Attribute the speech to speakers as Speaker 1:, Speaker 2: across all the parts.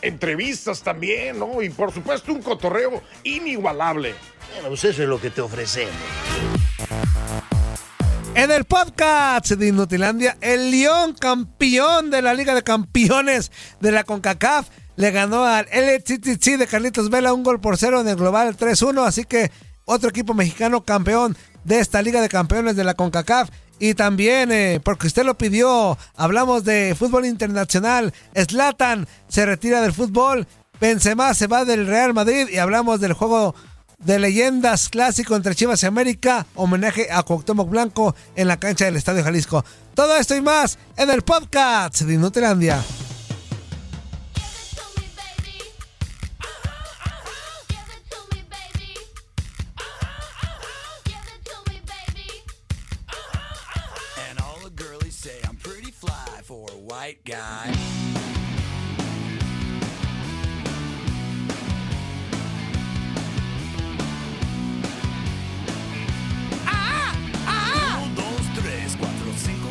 Speaker 1: Entrevistas también, ¿no? Y por supuesto un cotorreo inigualable.
Speaker 2: Bueno, pues eso es lo que te ofrecemos.
Speaker 3: En el podcast de Inutilandia, el León, campeón de la Liga de Campeones de la CONCACAF, le ganó al LTTC de Carlitos Vela un gol por cero en el global 3-1. Así que otro equipo mexicano campeón de esta Liga de Campeones de la CONCACAF. Y también, eh, porque usted lo pidió, hablamos de fútbol internacional. Slatan se retira del fútbol. Benzema se va del Real Madrid. Y hablamos del juego de leyendas clásico entre Chivas y América. Homenaje a Cuauhtémoc Blanco en la cancha del Estadio Jalisco. Todo esto y más en el podcast de Inutilandia.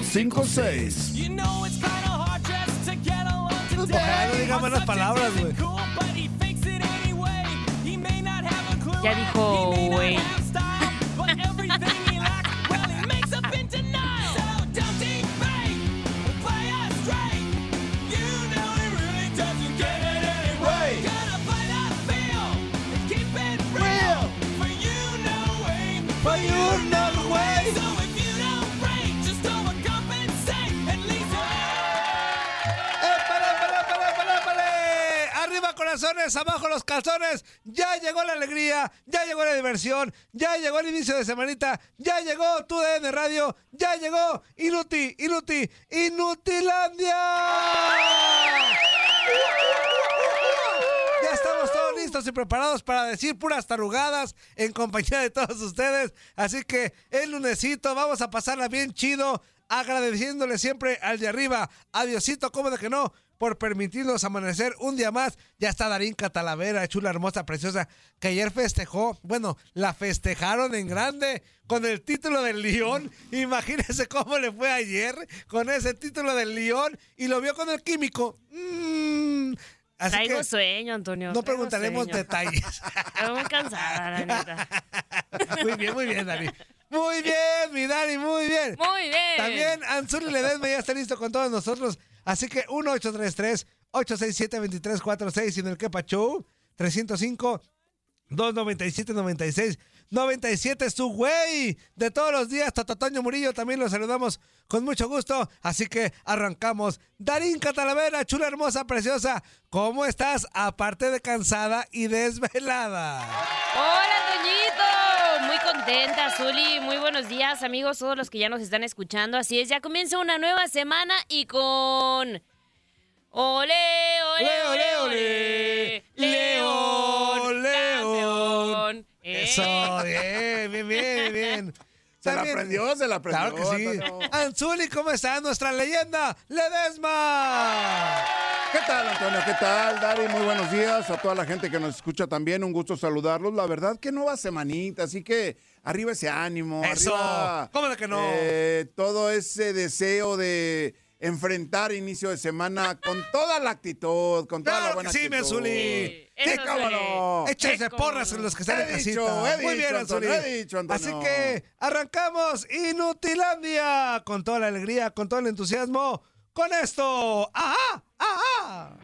Speaker 4: Cinco, seis.
Speaker 3: Ojalá no diga malas palabras, güey.
Speaker 5: Ya dijo, güey.
Speaker 3: ¡Épale, épale, épale, épale, épale! Arriba corazones, abajo los calzones. Ya llegó la alegría, ya llegó la diversión, ya llegó el inicio de semanita, ya llegó tu DN Radio, ya llegó Inuti, Inuti, Inutilandia. Ya estamos todos listos y preparados para decir puras tarugadas en compañía de todos ustedes. Así que el lunesito vamos a pasarla bien chido, agradeciéndole siempre al de arriba. Adiosito, cómo de que no, por permitirnos amanecer un día más. Ya está Darín Catalavera, chula, hermosa, preciosa, que ayer festejó, bueno, la festejaron en grande con el título del León. Imagínense cómo le fue ayer con ese título del León y lo vio con el químico. Mm. Así
Speaker 5: Traigo
Speaker 3: que-
Speaker 5: sueño, Antonio.
Speaker 3: no
Speaker 5: traigo
Speaker 3: preguntaremos
Speaker 5: sueño.
Speaker 3: detalles.
Speaker 5: Estoy muy cansada, la neta.
Speaker 3: muy bien, muy bien, Dani. Muy bien, mi Dani, muy bien.
Speaker 5: Muy bien.
Speaker 3: También Anzuli Ledesma ya está listo con todos nosotros. Así que 1-833-867-2346 y en el Kepa Show 305 297 96 97 su güey de todos los días Tototoño Murillo también lo saludamos con mucho gusto así que arrancamos Darín Catalavera chula hermosa preciosa ¿cómo estás aparte de cansada y desvelada?
Speaker 5: Hola, Toñito. Muy contenta, Zuli. Muy buenos días, amigos, todos los que ya nos están escuchando. Así es, ya comienza una nueva semana y con. ¡Ole, ole, ole, ole! ¡León!
Speaker 3: León.
Speaker 5: campeón. ¡Eh!
Speaker 3: Eso, bien, bien, bien, bien.
Speaker 1: Eh. Se la
Speaker 3: También-
Speaker 1: aprendió, se la aprendió.
Speaker 3: Claro que sí.
Speaker 1: Antonio.
Speaker 3: Anzuli, ¿cómo está nuestra leyenda? Ledesma.
Speaker 4: ¿Qué tal, Antonio? ¿Qué tal, Dari? Muy buenos días a toda la gente que nos escucha también. Un gusto saludarlos. La verdad, que nueva semanita, así que arriba ese ánimo.
Speaker 3: Eso.
Speaker 4: arriba,
Speaker 3: ¿Cómo de que no?
Speaker 4: eh, todo ese deseo de enfrentar inicio de semana con toda la actitud, con toda la
Speaker 3: Claro
Speaker 4: buena
Speaker 3: que sí, mi
Speaker 4: actitud.
Speaker 3: Anzuli.
Speaker 5: Sí, eso,
Speaker 3: cómo
Speaker 5: Zuli.
Speaker 4: no.
Speaker 3: Échense
Speaker 5: Eco.
Speaker 3: porras en los que están
Speaker 4: He
Speaker 3: en casita.
Speaker 4: dicho, he
Speaker 3: Muy bien,
Speaker 4: dicho,
Speaker 3: Anzuli.
Speaker 4: Antonio, he dicho, Antonio.
Speaker 3: Así que arrancamos Inutilandia con toda la alegría, con todo el entusiasmo, con esto. ¡Ajá! ¡Ajá!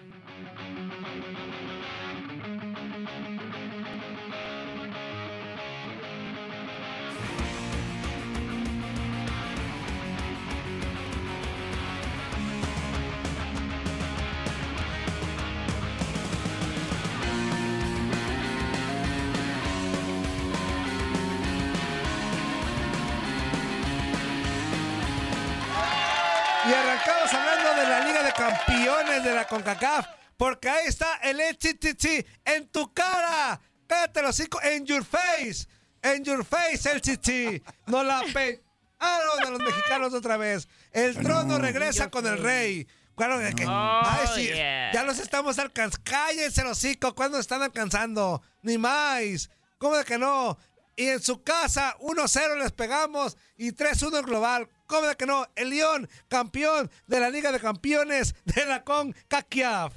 Speaker 3: Y arrancamos hablando de la Liga de Campeones de la CONCACAF. Porque ahí está el HTT en tu cara. Cállate los cinco. En your face. En your face, el chichi. No la pe... Ah, no, de los mexicanos otra vez. El trono regresa con el rey. Claro que- que-
Speaker 5: Oh,
Speaker 3: ay, sí,
Speaker 5: yeah.
Speaker 3: Ya los estamos alcanzando. Cállense los cinco. ¿Cuándo están alcanzando? Ni más. ¿Cómo de que no? Y en su casa, 1-0 les pegamos y 3-1 el global. ¿Cómo de que no? El León, campeón de la Liga de Campeones de la Con Kakiaf.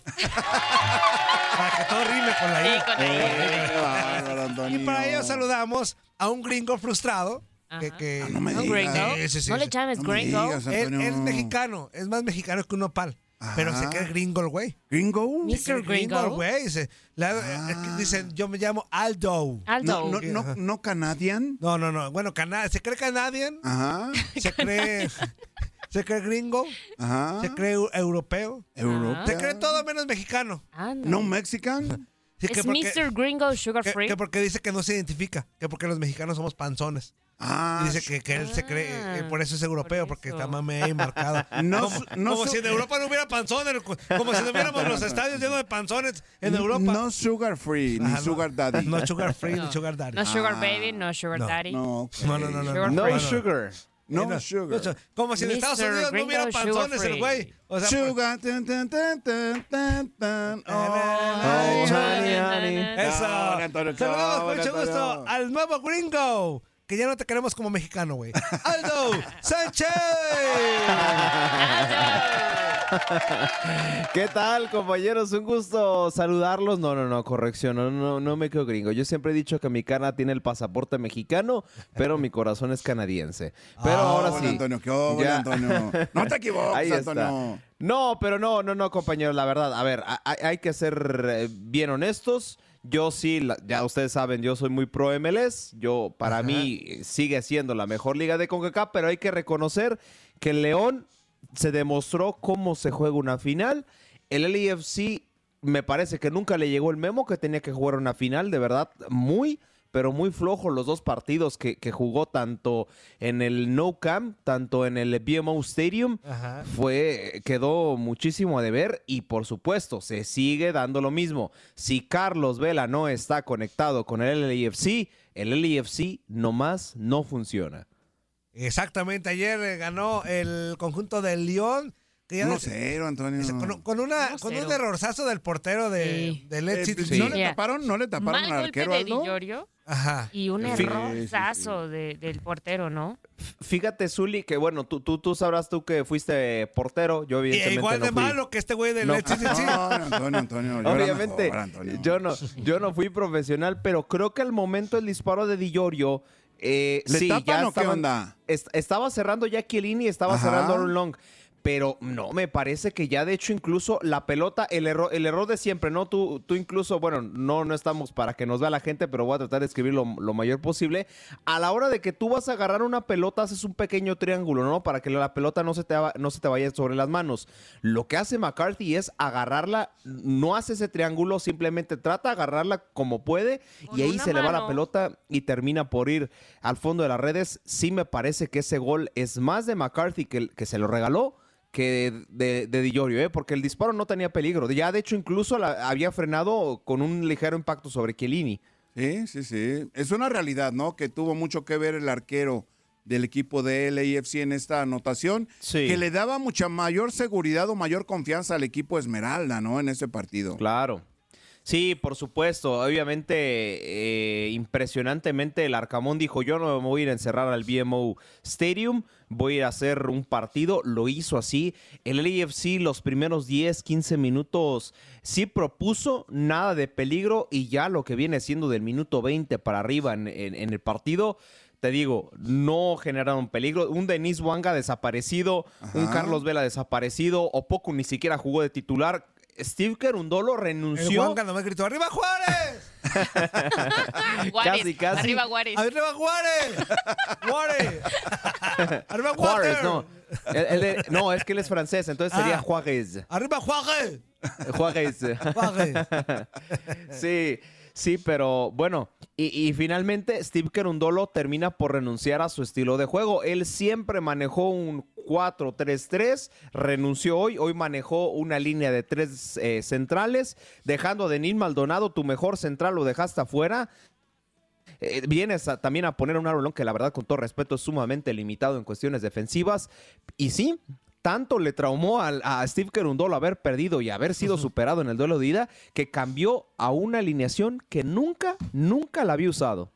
Speaker 3: Para que todo rime con la I.
Speaker 5: Sí, con la I.
Speaker 4: Qué bárbaro,
Speaker 3: Y
Speaker 4: Antonio.
Speaker 3: para ello saludamos a un gringo frustrado. Que,
Speaker 5: Ajá.
Speaker 3: que-
Speaker 4: Ah, no me
Speaker 3: Sí,
Speaker 4: digas.
Speaker 3: sí, sí,
Speaker 5: no le
Speaker 3: sí.
Speaker 5: llames
Speaker 4: No me
Speaker 5: Gringo.
Speaker 4: digas,
Speaker 3: Él,
Speaker 4: Antonio.
Speaker 3: él es mexicano, es más mexicano que un nopal. Pero se
Speaker 4: Ajá.
Speaker 3: cree gringo el güey.
Speaker 4: ¿Gringo?
Speaker 5: Mis-
Speaker 3: Se cree
Speaker 5: Mr. Gringo.
Speaker 3: güey. Se- le- eh, que Dicen, yo me llamo Aldo.
Speaker 5: Aldo.
Speaker 4: No, Ah, no, no, no canadian.
Speaker 3: No, no, no. Bueno, cana- se cree canadian,
Speaker 4: Ajá,
Speaker 3: se cree, se cree gringo,
Speaker 4: ajá. Ah.
Speaker 3: se cree eu- europeo.
Speaker 4: Europa.
Speaker 3: Se cree todo menos mexicano.
Speaker 5: Ah, Anda.
Speaker 4: No mexican.
Speaker 3: Sí, que
Speaker 5: es
Speaker 3: porque-
Speaker 5: Mr. Gringo Sugar
Speaker 3: que-
Speaker 5: Free.
Speaker 3: que porque dice que no se identifica, que porque los mexicanos somos panzones.
Speaker 4: Ah,
Speaker 3: Y dice que, que él se cree, eh, eh, por eso es europeo, porque
Speaker 5: Ah, eso.
Speaker 3: está mame ahí marcado.
Speaker 4: No
Speaker 3: como,
Speaker 4: su- no
Speaker 3: como
Speaker 4: su-
Speaker 3: si en Europa no hubiera panzones, co- como si no viéramos los estadios llenos de panzones en Europa.
Speaker 4: No sugar free,
Speaker 3: Ajá,
Speaker 4: ni
Speaker 3: no.
Speaker 4: sugar daddy.
Speaker 3: No sugar free ni sugar daddy. Ah,
Speaker 5: No Sugar Baby, no Sugar
Speaker 3: No,
Speaker 5: Daddy.
Speaker 4: No,
Speaker 3: No, no, no, no.
Speaker 5: Sugar
Speaker 3: no,
Speaker 6: No
Speaker 5: free.
Speaker 3: no.
Speaker 6: sugar.
Speaker 4: No,
Speaker 3: No,
Speaker 4: sugar.
Speaker 3: no, Como si en
Speaker 5: Mr.
Speaker 3: Estados Unidos no
Speaker 5: Gringo
Speaker 3: hubiera
Speaker 5: sugar
Speaker 3: panzones el
Speaker 5: free.
Speaker 3: güey. O sea, pues,
Speaker 4: Sugar. tan, tan, tan, tan, tan, tan.
Speaker 3: Oh,
Speaker 4: Oh, honey.
Speaker 3: Eso.
Speaker 4: Ahora, Antonio,
Speaker 3: Saludamos con
Speaker 4: ahora,
Speaker 3: mucho
Speaker 4: Antonio.
Speaker 3: gusto al nuevo gringo. Que ya no te queremos como mexicano, güey. Aldo Sánchez.
Speaker 6: ¿Qué tal, compañeros? Un gusto saludarlos. No, no, no, corrección. No, no, no me creo gringo. Yo siempre he dicho que mi cara tiene el pasaporte mexicano, pero mi corazón es canadiense. Pero
Speaker 4: Ah,
Speaker 6: ahora
Speaker 4: hola,
Speaker 6: sí.
Speaker 4: Antonio, qué hola,
Speaker 6: Ya.
Speaker 4: Antonio. No te equivoques,
Speaker 6: Ahí está.
Speaker 4: Antonio.
Speaker 6: No, pero no, no, no, compañeros, la verdad. A ver, a- a- hay que ser eh, bien honestos. Yo sí, la- ya ustedes saben, yo soy muy pro MLS. Yo, para mí, eh, sigue siendo la mejor liga de CONCACAF, pero hay que reconocer que el León se demostró cómo se juega una final. El LAFC me parece que nunca le llegó el memo que tenía que jugar una final, de verdad, muy, pero muy flojo los dos partidos que, que jugó tanto en el No Camp, tanto en el BMO Stadium
Speaker 3: Ajá.
Speaker 6: fue Eh, quedó muchísimo a deber y por supuesto se sigue dando lo mismo. Si Carlos Vela no está conectado con el LAFC, el LAFC nomás no funciona.
Speaker 3: Exactamente, ayer eh, ganó el conjunto del León. Que ya
Speaker 4: No
Speaker 3: des-
Speaker 4: cero, Antonio.
Speaker 3: es- con, con una, con un
Speaker 5: 1-0.
Speaker 3: errorzazo del portero de,
Speaker 5: Sí.
Speaker 3: del
Speaker 4: Eh,
Speaker 3: Leeds City.
Speaker 4: ¿No le
Speaker 5: Yeah.
Speaker 4: taparon, no le taparon
Speaker 5: Mal
Speaker 4: al
Speaker 5: golpe
Speaker 4: arquero
Speaker 5: de Di
Speaker 4: Aldo?
Speaker 5: Giorgio
Speaker 3: Ajá.
Speaker 5: y un
Speaker 4: Sí, sí,
Speaker 5: errorazo de- del portero, ¿no?
Speaker 6: Fíjate, Zuli, que bueno, tú, tú, tú sabrás tú que fuiste portero, yo
Speaker 3: Y
Speaker 6: evidentemente
Speaker 3: igual
Speaker 6: no
Speaker 3: de
Speaker 6: fui.
Speaker 3: malo que este güey del
Speaker 6: No.
Speaker 3: Leeds City.
Speaker 4: No, Antonio, Antonio. yo era
Speaker 6: Obviamente,
Speaker 4: mejor, Antonio.
Speaker 6: yo no, yo no fui profesional, pero creo que al momento el disparo de Di Giorgio, eh,
Speaker 4: ¿Le
Speaker 6: sí,
Speaker 4: tapan
Speaker 6: ya
Speaker 4: o qué
Speaker 6: estaban-
Speaker 4: onda?
Speaker 6: est- estaba cerrando ya Chiellini, estaba
Speaker 4: Ajá.
Speaker 6: cerrando Aaron Long. Pero no, me parece que ya de hecho incluso la pelota, el error, el error de siempre, ¿no? Tú, tú incluso, bueno, no, no estamos para que nos vea la gente, pero voy a tratar de escribir lo, lo mayor posible. A la hora de que tú vas a agarrar una pelota, haces un pequeño triángulo, ¿no? Para que la pelota no se te, va- no se te vaya sobre las manos. Lo que hace McCarthy es agarrarla, no hace ese triángulo, simplemente trata de agarrarla como puede
Speaker 5: Con
Speaker 6: y ahí
Speaker 5: una
Speaker 6: se le va la
Speaker 5: mano.
Speaker 6: pelota pelota y termina por ir al fondo de las redes. Sí me parece que ese gol es más de McCarthy que, el- que se lo regaló que de, de Di Giorgio, ¿eh? porque el disparo no tenía peligro. Ya de hecho incluso la había frenado con un ligero impacto sobre Chiellini.
Speaker 4: Sí, sí, sí. Es una realidad, ¿no? Que tuvo mucho que ver el arquero del equipo de LAFC en esta anotación,
Speaker 6: Sí.
Speaker 4: que le daba mucha mayor seguridad o mayor confianza al equipo Esmeralda, ¿no? En ese partido.
Speaker 6: Claro. Sí, por supuesto. Obviamente, eh, impresionantemente, el Arcamón dijo: Yo no me voy a ir a encerrar al BMO Stadium, voy a ir a hacer un partido. Lo hizo así. El LAFC, los primeros 10, 15 minutos, sí propuso nada de peligro y ya lo que viene siendo del minuto 20 para arriba en, en- en el partido. Te digo, no generaron peligro. Un Denis Wanga desaparecido, un
Speaker 4: Ajá.
Speaker 6: Carlos Vela desaparecido, Opoku ni siquiera jugó de titular. Steve Kerundolo
Speaker 3: El
Speaker 6: renunció.
Speaker 3: Juanca nomás gritó, ¡Arriba Juárez!
Speaker 5: Juárez.
Speaker 6: Casi, casi.
Speaker 5: Arriba Juárez.
Speaker 3: ¡Arriba Juárez! ¡Juárez! ¡Arriba Juárez!
Speaker 6: Juárez, no. El- el de- no, es que él es francés, entonces
Speaker 3: Ah.
Speaker 6: sería Juárez.
Speaker 3: ¡Arriba Juárez!
Speaker 6: Juárez.
Speaker 3: Juárez.
Speaker 6: sí. Sí, pero bueno, y, y finalmente Steve Kerundolo termina por renunciar a su estilo de juego. Él siempre manejó un 4-3-3, renunció hoy, hoy manejó una línea de tres eh, centrales, dejando a Denis Maldonado, tu mejor central, lo dejaste afuera. Eh, vienes a- también a poner a un Arbolón que la verdad con todo respeto es sumamente limitado en cuestiones defensivas. Y sí, tanto le traumó al- a, Steve Kerundolo haber perdido y haber sido superado en el duelo de ida que cambió a una alineación que nunca, nunca la había usado.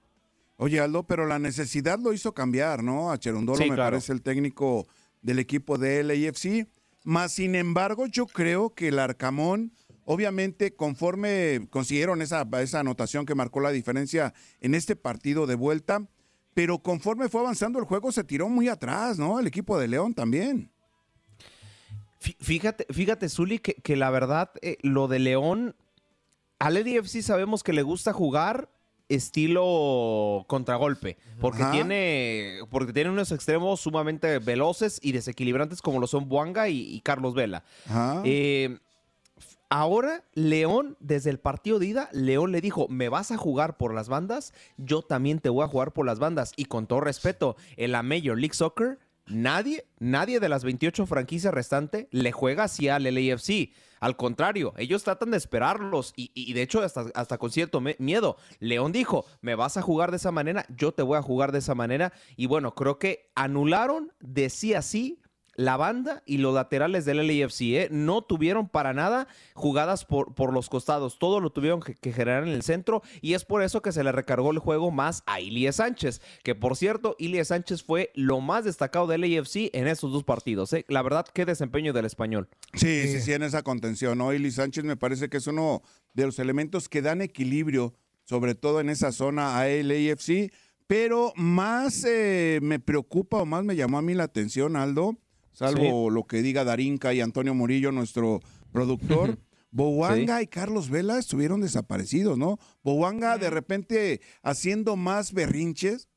Speaker 4: Oye, Aldo, pero la necesidad lo hizo cambiar, ¿no? A Cherundolo
Speaker 6: Sí,
Speaker 4: me
Speaker 6: claro.
Speaker 4: parece el técnico del equipo de LAFC. Más sin embargo, yo creo que el Arcamón, obviamente, conforme consiguieron esa, esa anotación que marcó la diferencia en este partido de vuelta, pero conforme fue avanzando el juego, se tiró muy atrás, ¿no? El equipo de León también.
Speaker 6: Fí- Fíjate, fíjate, Zuli, que, que la verdad, eh, lo de León, al LDFC sabemos que le gusta jugar estilo contragolpe, porque
Speaker 4: Ajá.
Speaker 6: tiene, porque tiene unos extremos sumamente veloces y desequilibrantes como lo son Buanga y, y Carlos Vela.
Speaker 4: Ajá.
Speaker 6: Eh, f- ahora, León, desde el partido de ida, León le dijo, me vas a jugar por las bandas, yo también te voy a jugar por las bandas. Y con todo respeto, en la Major League Soccer, nadie, nadie de las 28 franquicias restantes le juega así al LAFC. Al contrario, ellos tratan de esperarlos y, y de hecho hasta, hasta con cierto me- miedo. León dijo, me vas a jugar de esa manera, yo te voy a jugar de esa manera. Y bueno, creo que anularon de sí a sí la banda y los laterales del LAFC ¿eh? no tuvieron para nada jugadas por, por los costados. Todo lo tuvieron que, que generar en el centro y es por eso que se le recargó el juego más a Ilie Sánchez. Que por cierto, Ilie Sánchez fue lo más destacado del LAFC en estos dos partidos. ¿eh? La verdad, qué desempeño del español.
Speaker 4: Sí, sí, sí, en esa contención, ¿no? Ili Sánchez me parece que es uno de los elementos que dan equilibrio, sobre todo en esa zona a LAFC, pero más eh, me preocupa o más me llamó a mí la atención, Aldo, salvo lo que diga Darinka y Antonio Murillo, nuestro productor. Bowanga y Carlos Vela estuvieron desaparecidos, ¿no? Bowanga de repente haciendo más berrinches,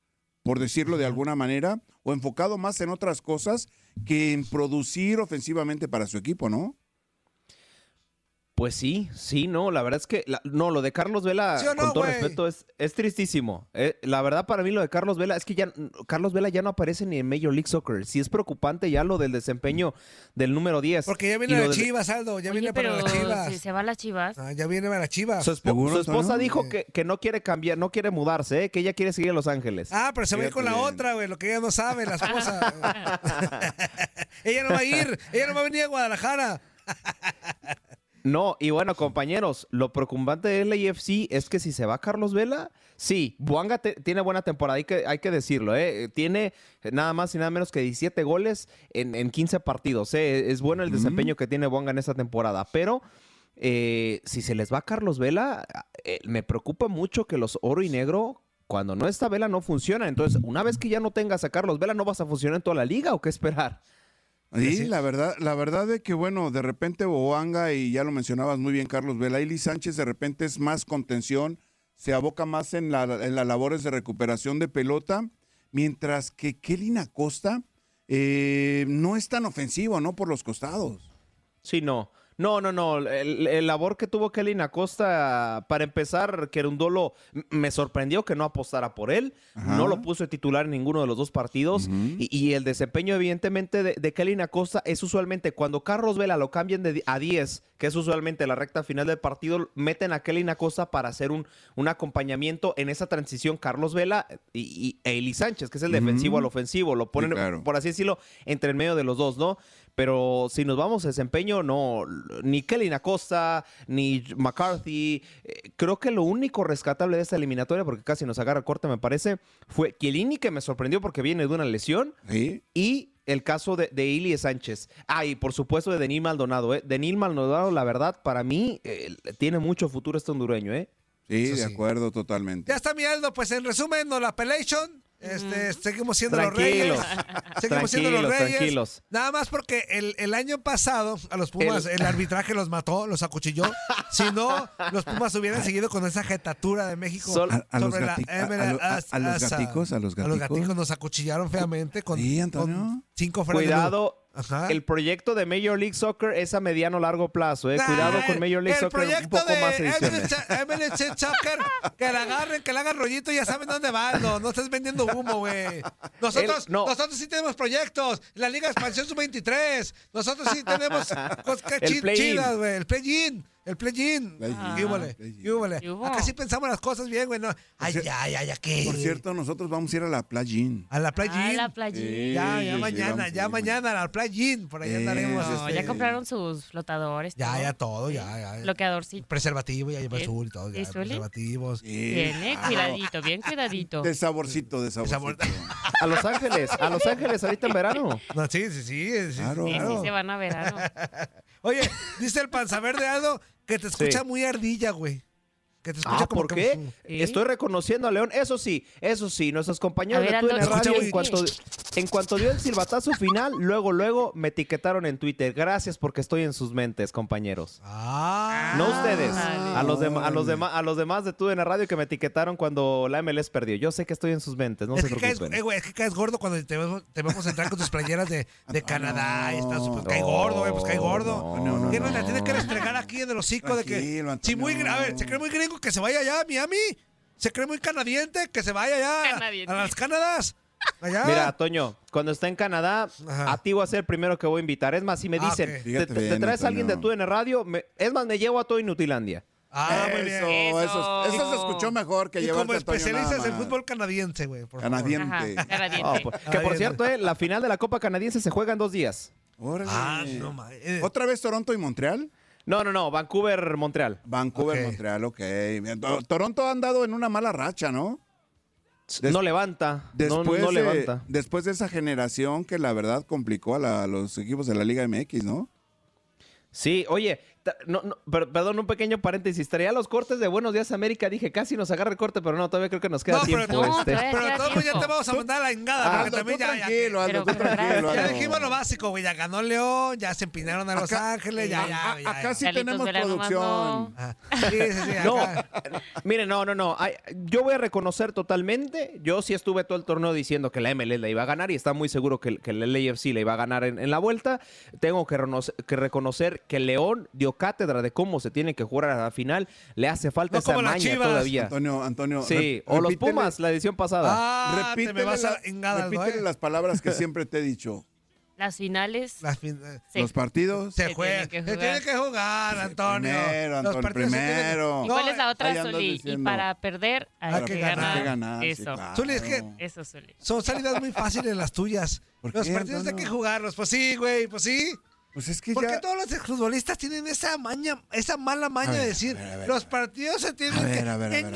Speaker 4: por decirlo de alguna manera, o enfocado más en otras cosas que en producir ofensivamente para su equipo, ¿no?
Speaker 6: Pues sí, sí, no, la verdad es que la- no, lo de Carlos Vela,
Speaker 3: ¿Sí o no,
Speaker 6: con todo
Speaker 3: güey?
Speaker 6: respeto, es, es tristísimo. Eh, la verdad, para mí, lo de Carlos Vela es que ya Carlos Vela ya no aparece ni en Major League Soccer. Sí es preocupante ya lo del desempeño del número 10.
Speaker 3: Porque ya
Speaker 6: Y
Speaker 3: viene
Speaker 6: lo
Speaker 3: la
Speaker 6: de-
Speaker 3: Chivas, Aldo. Ya
Speaker 5: Oye,
Speaker 3: viene para
Speaker 5: pero
Speaker 3: las Chivas.
Speaker 5: si se va a las chivas.
Speaker 3: Ah, ya viene para las Chivas.
Speaker 6: Su, espo-
Speaker 4: ¿Seguro,
Speaker 6: su esposa
Speaker 4: Antonio?
Speaker 6: dijo que, que no quiere cambiar, no quiere mudarse, eh, que ella quiere seguir a Los Ángeles.
Speaker 3: Ah, pero se va a ir con la
Speaker 4: Fíjate bien.
Speaker 3: otra, güey, lo que ella no sabe, la esposa. ella no va a ir, ella no va a venir a Guadalajara.
Speaker 6: No, y bueno, compañeros, lo preocupante de LAFC es que si se va Carlos Vela, sí, Buanga te- tiene buena temporada, hay que, hay que decirlo, ¿eh? Tiene nada más y nada menos que 17 goles en, en 15 partidos, ¿eh? Es bueno el desempeño que tiene Buanga en esta temporada, pero eh, si se les va Carlos Vela, eh, me preocupa mucho que los oro y negro, cuando no está Vela, no funcionan. Entonces, una vez que ya no tengas a Carlos Vela, ¿no vas a funcionar en toda la liga o qué esperar?
Speaker 4: Sí,
Speaker 3: Sí.
Speaker 4: la verdad, la verdad de que bueno, de repente Boanga y ya lo mencionabas muy bien Carlos Vela, Ili Sánchez de repente es más contención, se aboca más en, la- en las labores de recuperación de pelota, mientras que Kelly Acosta eh, no es tan ofensivo, ¿no? Por los costados.
Speaker 6: Sí, no. No, no, no. El, el labor que tuvo Kelly Acosta, para empezar, que era un dolo, m- me sorprendió que no apostara por él.
Speaker 4: Ajá.
Speaker 6: No lo puso de titular en ninguno de los dos partidos. y, y el desempeño, evidentemente, de, de Kelly Acosta es usualmente cuando Carlos Vela lo cambian de di- a 10, que es usualmente la recta final del partido, meten a Kelly Acosta para hacer un, un acompañamiento en esa transición. Carlos Vela y, y- e Eli Sánchez, que es el defensivo al ofensivo, lo ponen,
Speaker 4: Mm. claro.
Speaker 6: por así decirlo, entre el medio de los dos, ¿no? Pero si nos vamos a desempeño, no, ni Kelly Acosta, ni McCarthy. eh, creo que lo único rescatable de esta eliminatoria, porque casi nos agarra corte, me parece, fue Chiellini, que me sorprendió porque viene de una lesión,
Speaker 4: ¿Sí?
Speaker 6: y el caso de, de Ilie Sánchez. Ah, y por supuesto de Denis Maldonado. ¿eh? Denis Maldonado, la verdad, para mí, eh, tiene mucho futuro este hondureño, ¿eh?
Speaker 4: Sí,
Speaker 3: Eso
Speaker 4: de
Speaker 3: sí.
Speaker 4: acuerdo totalmente.
Speaker 3: Ya está mi Aldo, pues en resumen, nos la pelation. Este, seguimos siendo
Speaker 6: Tranquilos.
Speaker 3: los reyes. Seguimos siendo los
Speaker 6: Tranquilos,
Speaker 3: reyes.
Speaker 6: tranquilos.
Speaker 3: Nada más porque el, el año pasado a los Pumas el, arbitraje los mató, los acuchilló. Si no, los Pumas hubieran seguido con esa jetatura de México.
Speaker 6: Sol-
Speaker 4: A- a los
Speaker 3: sobre la
Speaker 4: gati- a-
Speaker 3: Emerald
Speaker 4: a lo- a-
Speaker 3: As-
Speaker 4: a los
Speaker 3: Asa.
Speaker 4: gaticos, a los
Speaker 3: A los
Speaker 4: gaticos.
Speaker 3: gaticos nos acuchillaron feamente con,
Speaker 4: Sí, Antonio.
Speaker 3: con cinco fuera de
Speaker 6: Cuidado,
Speaker 3: lugar. Ajá.
Speaker 6: El proyecto de Major League Soccer es a mediano largo plazo, eh.
Speaker 3: Nah,
Speaker 6: Cuidado
Speaker 3: el-
Speaker 6: con Major League
Speaker 3: el
Speaker 6: Soccer, un
Speaker 3: proyecto
Speaker 6: poco
Speaker 3: de
Speaker 6: más
Speaker 3: Evelyn
Speaker 6: ediciones.
Speaker 3: Ch- Evelyn Ch- Soccer, que la agarren, que la hagan rollito, ya saben dónde van. No, no estés vendiendo humo, güey. Nosotros,
Speaker 6: Él- no.
Speaker 3: nosotros sí tenemos proyectos. La Liga de Expansión Sub-23. Nosotros sí tenemos cosas
Speaker 6: El
Speaker 3: chi-
Speaker 6: play-in.
Speaker 3: chidas, güey. El play-in. El play-in.
Speaker 4: Play-in,
Speaker 3: Y húbole,
Speaker 4: play-in.
Speaker 3: y húbole.
Speaker 5: ¿Qué hubo?
Speaker 3: Acá sí pensamos las cosas bien, güey. No. Ay,
Speaker 4: cier-
Speaker 3: ay, ay, aquí.
Speaker 4: Por cierto, nosotros vamos a ir a la playa.
Speaker 3: A la
Speaker 5: Ah,
Speaker 3: play-in.
Speaker 5: la playita.
Speaker 4: Sí.
Speaker 3: ya, ya
Speaker 4: Sí,
Speaker 3: mañana,
Speaker 4: llegamos,
Speaker 3: ya
Speaker 4: sí,
Speaker 3: mañana, a la play-in. Por ahí
Speaker 4: Eh,
Speaker 3: andaremos.
Speaker 4: sí,
Speaker 5: No,
Speaker 3: este,
Speaker 5: ya compraron sus flotadores.
Speaker 3: Ya,
Speaker 5: todo.
Speaker 3: ya todo, ya, ya. ya.
Speaker 5: Bloqueadorcito.
Speaker 3: Preservativo, ya lleva
Speaker 5: Bien.
Speaker 3: azul y todo. Ya,
Speaker 5: ¿Y Zuli?
Speaker 3: preservativos.
Speaker 5: Bien,
Speaker 1: Ah.
Speaker 5: eh, cuidadito, bien cuidadito.
Speaker 4: De saborcito, de saborcito.
Speaker 6: A Los Ángeles, a Los Ángeles ahorita en verano.
Speaker 3: No, sí, sí, sí. sí, sí,
Speaker 4: Claro.
Speaker 5: Sí, sí,
Speaker 3: claro.
Speaker 5: se van a verano.
Speaker 3: Oye, dice el panzaverde Aldo que te escucha
Speaker 6: Sí.
Speaker 3: muy ardilla, güey. Que te escucha
Speaker 6: Ah,
Speaker 3: como
Speaker 6: ¿por
Speaker 3: que-
Speaker 6: qué?
Speaker 4: Eh.
Speaker 6: Estoy reconociendo a León. Eso sí, eso sí, nuestros
Speaker 5: A
Speaker 6: compañeros
Speaker 5: ver,
Speaker 6: de Tú
Speaker 5: Aldo,
Speaker 6: en el
Speaker 5: escucha,
Speaker 6: Radio,
Speaker 5: güey.
Speaker 6: en cuanto, en cuanto dio el silbatazo final, luego, luego me etiquetaron en Twitter. Gracias porque estoy en sus mentes, compañeros.
Speaker 3: Ah.
Speaker 6: No ustedes,
Speaker 5: Ándale.
Speaker 6: a los, dema- a, los
Speaker 4: Órale.
Speaker 6: dema- a los demás de Tú en el Radio que me etiquetaron cuando la MLS perdió. Yo sé que estoy en sus mentes, no
Speaker 3: es,
Speaker 6: se
Speaker 3: que caes, eh,
Speaker 6: preocupen.
Speaker 3: güey, es que caes gordo cuando te vemos, te vemos entrar con tus playeras de, de Canadá. y
Speaker 4: no,
Speaker 3: Estados Unidos.
Speaker 6: No,
Speaker 3: cae gordo, güey, pues cae gordo.
Speaker 6: no, no,
Speaker 3: ¿Qué no, la
Speaker 6: no.
Speaker 3: tienes que restregar aquí en el hocico de que.
Speaker 4: Tranquilo,
Speaker 3: Si muy,
Speaker 4: Antonio.
Speaker 3: a ver, se cree muy gringo que se vaya allá a Miami. Se cree muy canadiente que se vaya allá
Speaker 5: Canadiente.
Speaker 3: a las Canadas. Allá.
Speaker 6: Mira, Toño, cuando esté en Canadá,
Speaker 3: Ah. Ajá.
Speaker 6: a ti voy a ser el primero que voy a invitar. Es más, si me
Speaker 3: Ah,
Speaker 6: dicen,
Speaker 3: ok.
Speaker 6: te-
Speaker 4: Fíjate
Speaker 6: te,
Speaker 4: bien,
Speaker 6: te traes a alguien de
Speaker 4: Antonio.
Speaker 6: Tú en el Radio, me- es más, me llevo a todo Inutilandia.
Speaker 3: Ah, muy bien.
Speaker 4: eso, eso,
Speaker 5: Eso.
Speaker 4: eso, se escuchó mejor que
Speaker 3: y
Speaker 4: llevarte
Speaker 3: como
Speaker 4: a Toño nada
Speaker 3: especialistas en
Speaker 4: más.
Speaker 3: fútbol canadiense, güey. por favor.
Speaker 5: Ajá,
Speaker 4: Canadiente.
Speaker 6: Ah,
Speaker 5: canadiense.
Speaker 6: pues,
Speaker 3: Ah,
Speaker 6: que
Speaker 3: bien.
Speaker 6: por cierto, eh, la final de la Copa Canadiense se juega en dos días.
Speaker 4: Órale.
Speaker 3: Ah, no mames. Eh,
Speaker 4: ¿Otra vez Toronto y Montreal?
Speaker 6: No, no, no, Vancouver, Montreal.
Speaker 4: Vancouver,
Speaker 3: Ok.
Speaker 4: Montreal, ok. Bien, to- Toronto ha andado en una mala racha, ¿no? Des-
Speaker 6: no levanta. no-
Speaker 4: Después,
Speaker 6: no,
Speaker 4: de,
Speaker 6: levanta.
Speaker 4: después de esa generación que la verdad complicó a, la- a los equipos de la Liga MX, ¿no?
Speaker 6: Sí, oye, ta- no, no, per- perdón, un pequeño paréntesis. Traía los cortes de Buenos Días América. Dije, casi nos agarra el corte, pero no, todavía creo que nos queda
Speaker 3: No, pero
Speaker 6: tiempo.
Speaker 5: no,
Speaker 6: este.
Speaker 5: todavía-
Speaker 3: Pero de
Speaker 5: queda
Speaker 3: todos modos ya
Speaker 5: tiempo.
Speaker 3: te vamos a mandar a la
Speaker 4: Ah,
Speaker 3: engada, porque
Speaker 4: Aldo,
Speaker 3: también
Speaker 4: tú
Speaker 3: ya, ya-
Speaker 4: tranquilo, Aldo,
Speaker 5: Pero-
Speaker 4: tú
Speaker 5: pero
Speaker 4: tranquilo.
Speaker 3: ya
Speaker 4: Aldo.
Speaker 3: dijimos lo básico, güey. Ya ganó León, ya se empinaron a Los
Speaker 4: Acá-
Speaker 3: Ángeles, ya, ya,
Speaker 4: A-
Speaker 3: ya,
Speaker 4: Acá sí
Speaker 3: ya.
Speaker 5: Carlitos
Speaker 4: tenemos
Speaker 5: Vela nomás
Speaker 4: producción.
Speaker 3: Ajá. Sí, sí, sí,
Speaker 6: No,
Speaker 3: acá.
Speaker 6: miren, no, no, no. Ay, yo voy a reconocer totalmente. Yo sí estuve todo el torneo diciendo que la MLS la iba a ganar y está muy seguro que, que el LAFC la iba a ganar en, en la vuelta. Tengo que, reconoce- que reconocer que León dio cátedra de cómo se tiene que jugar a la final. Le hace falta
Speaker 3: No
Speaker 6: esa
Speaker 3: como las
Speaker 6: maña
Speaker 3: Chivas.
Speaker 6: todavía.
Speaker 4: Antonio, Antonio.
Speaker 6: sí,
Speaker 4: rep-
Speaker 6: o los
Speaker 4: repítele-
Speaker 6: Pumas, la edición pasada.
Speaker 3: Ah, te
Speaker 4: repítele
Speaker 3: me vas a
Speaker 4: la-
Speaker 3: engada, Aldo,
Speaker 4: repítele
Speaker 3: eh.
Speaker 4: las palabras que siempre te he dicho.
Speaker 5: Las finales
Speaker 3: Las fin- eh,
Speaker 5: se-
Speaker 4: Los partidos.
Speaker 3: Se
Speaker 5: Se
Speaker 3: juega.
Speaker 5: tiene que
Speaker 3: Se
Speaker 5: jugar.
Speaker 3: tiene que jugar, Antonio.
Speaker 4: Primero,
Speaker 3: Los
Speaker 4: Antonio,
Speaker 3: partidos se tienen que-
Speaker 4: primero.
Speaker 5: ¿Y
Speaker 3: No,
Speaker 5: cuál es la
Speaker 4: ahí
Speaker 5: otra,
Speaker 4: andas
Speaker 5: Zuli? Y
Speaker 4: diciendo.
Speaker 5: para perder hay,
Speaker 3: Hay
Speaker 5: que,
Speaker 3: que
Speaker 5: ganar.
Speaker 3: ganar.
Speaker 4: Hay que ganar, sí,
Speaker 5: Eso.
Speaker 4: claro.
Speaker 3: Zuli, es que-
Speaker 5: Eso, Zuli.
Speaker 3: Son salidas muy fáciles las tuyas.
Speaker 4: ¿Por
Speaker 3: Los
Speaker 4: qué,
Speaker 3: partidos hay que
Speaker 4: Antonio?
Speaker 3: jugarlos. Pues sí, güey, pues sí.
Speaker 4: Pues es que
Speaker 3: ¿Por qué
Speaker 4: ya.
Speaker 3: todos los exfutbolistas tienen esa maña, esa mala maña
Speaker 4: A ver,
Speaker 3: de decir,
Speaker 4: a ver, a ver,
Speaker 3: los
Speaker 4: a ver.
Speaker 3: partidos se tienen
Speaker 4: A ver,
Speaker 3: que...
Speaker 4: a ver, a ver, a A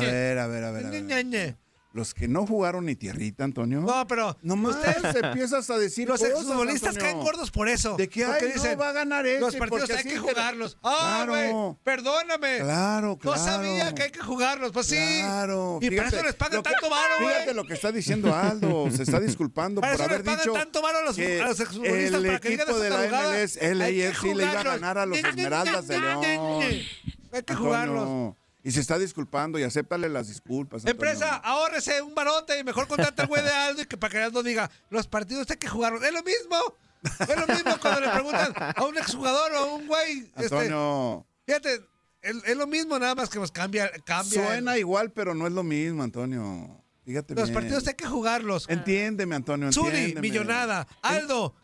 Speaker 4: ver, a ver, a ver. a ver, a ver. Los que no jugaron ni tierrita, Antonio.
Speaker 3: No, pero
Speaker 4: No más empiezas a decir
Speaker 3: los
Speaker 4: cosas,
Speaker 3: exfutbolistas
Speaker 4: Antonio.
Speaker 3: caen gordos por eso.
Speaker 4: De que
Speaker 3: porque
Speaker 4: ay, no va a ganar este.
Speaker 3: los partidos
Speaker 4: porque
Speaker 3: hay
Speaker 4: así
Speaker 3: que
Speaker 4: te-
Speaker 3: jugarlos. ¡Ah, güey!
Speaker 4: Claro.
Speaker 3: Perdóname.
Speaker 4: Claro, claro.
Speaker 3: No sabía que hay que jugarlos, pues sí.
Speaker 4: Claro.
Speaker 3: Y para
Speaker 4: Fíjate
Speaker 3: eso les pagan
Speaker 4: lo que-
Speaker 3: tanto varo,
Speaker 4: Fíjate
Speaker 3: güey.
Speaker 4: lo que está diciendo Aldo. Se está disculpando
Speaker 3: Para
Speaker 4: por
Speaker 3: eso les
Speaker 4: haber
Speaker 3: pagan
Speaker 4: dicho.
Speaker 3: tanto varo a los,
Speaker 4: que
Speaker 3: a los exfutbolistas
Speaker 4: el
Speaker 3: para que digan
Speaker 4: equipo de
Speaker 3: esa
Speaker 4: la
Speaker 3: tarugada.
Speaker 4: MLS,
Speaker 3: Hay que
Speaker 4: LAFC, le iba a
Speaker 3: jugarlos.
Speaker 4: ganar a los Esmeraldas de León.
Speaker 3: Hay que
Speaker 4: Antonio,
Speaker 3: jugarlos.
Speaker 4: Y se está disculpando y acéptale las disculpas. Antonio.
Speaker 3: Empresa, ahórrese un barote y mejor contrate al güey de Aldo y que para que Aldo diga, los partidos hay que jugarlos. Es lo mismo. Es lo mismo cuando le preguntan a un exjugador o a un güey. Este,
Speaker 4: Antonio.
Speaker 3: fíjate, es, es lo mismo nada más que nos cambia. cambia el-
Speaker 4: Suena igual, pero no es lo mismo, Antonio. Fíjate
Speaker 3: Los
Speaker 4: bien.
Speaker 3: partidos hay que jugarlos.
Speaker 4: Entiéndeme, Antonio.
Speaker 3: Zuli,
Speaker 4: entiéndeme.
Speaker 3: millonada. Aldo,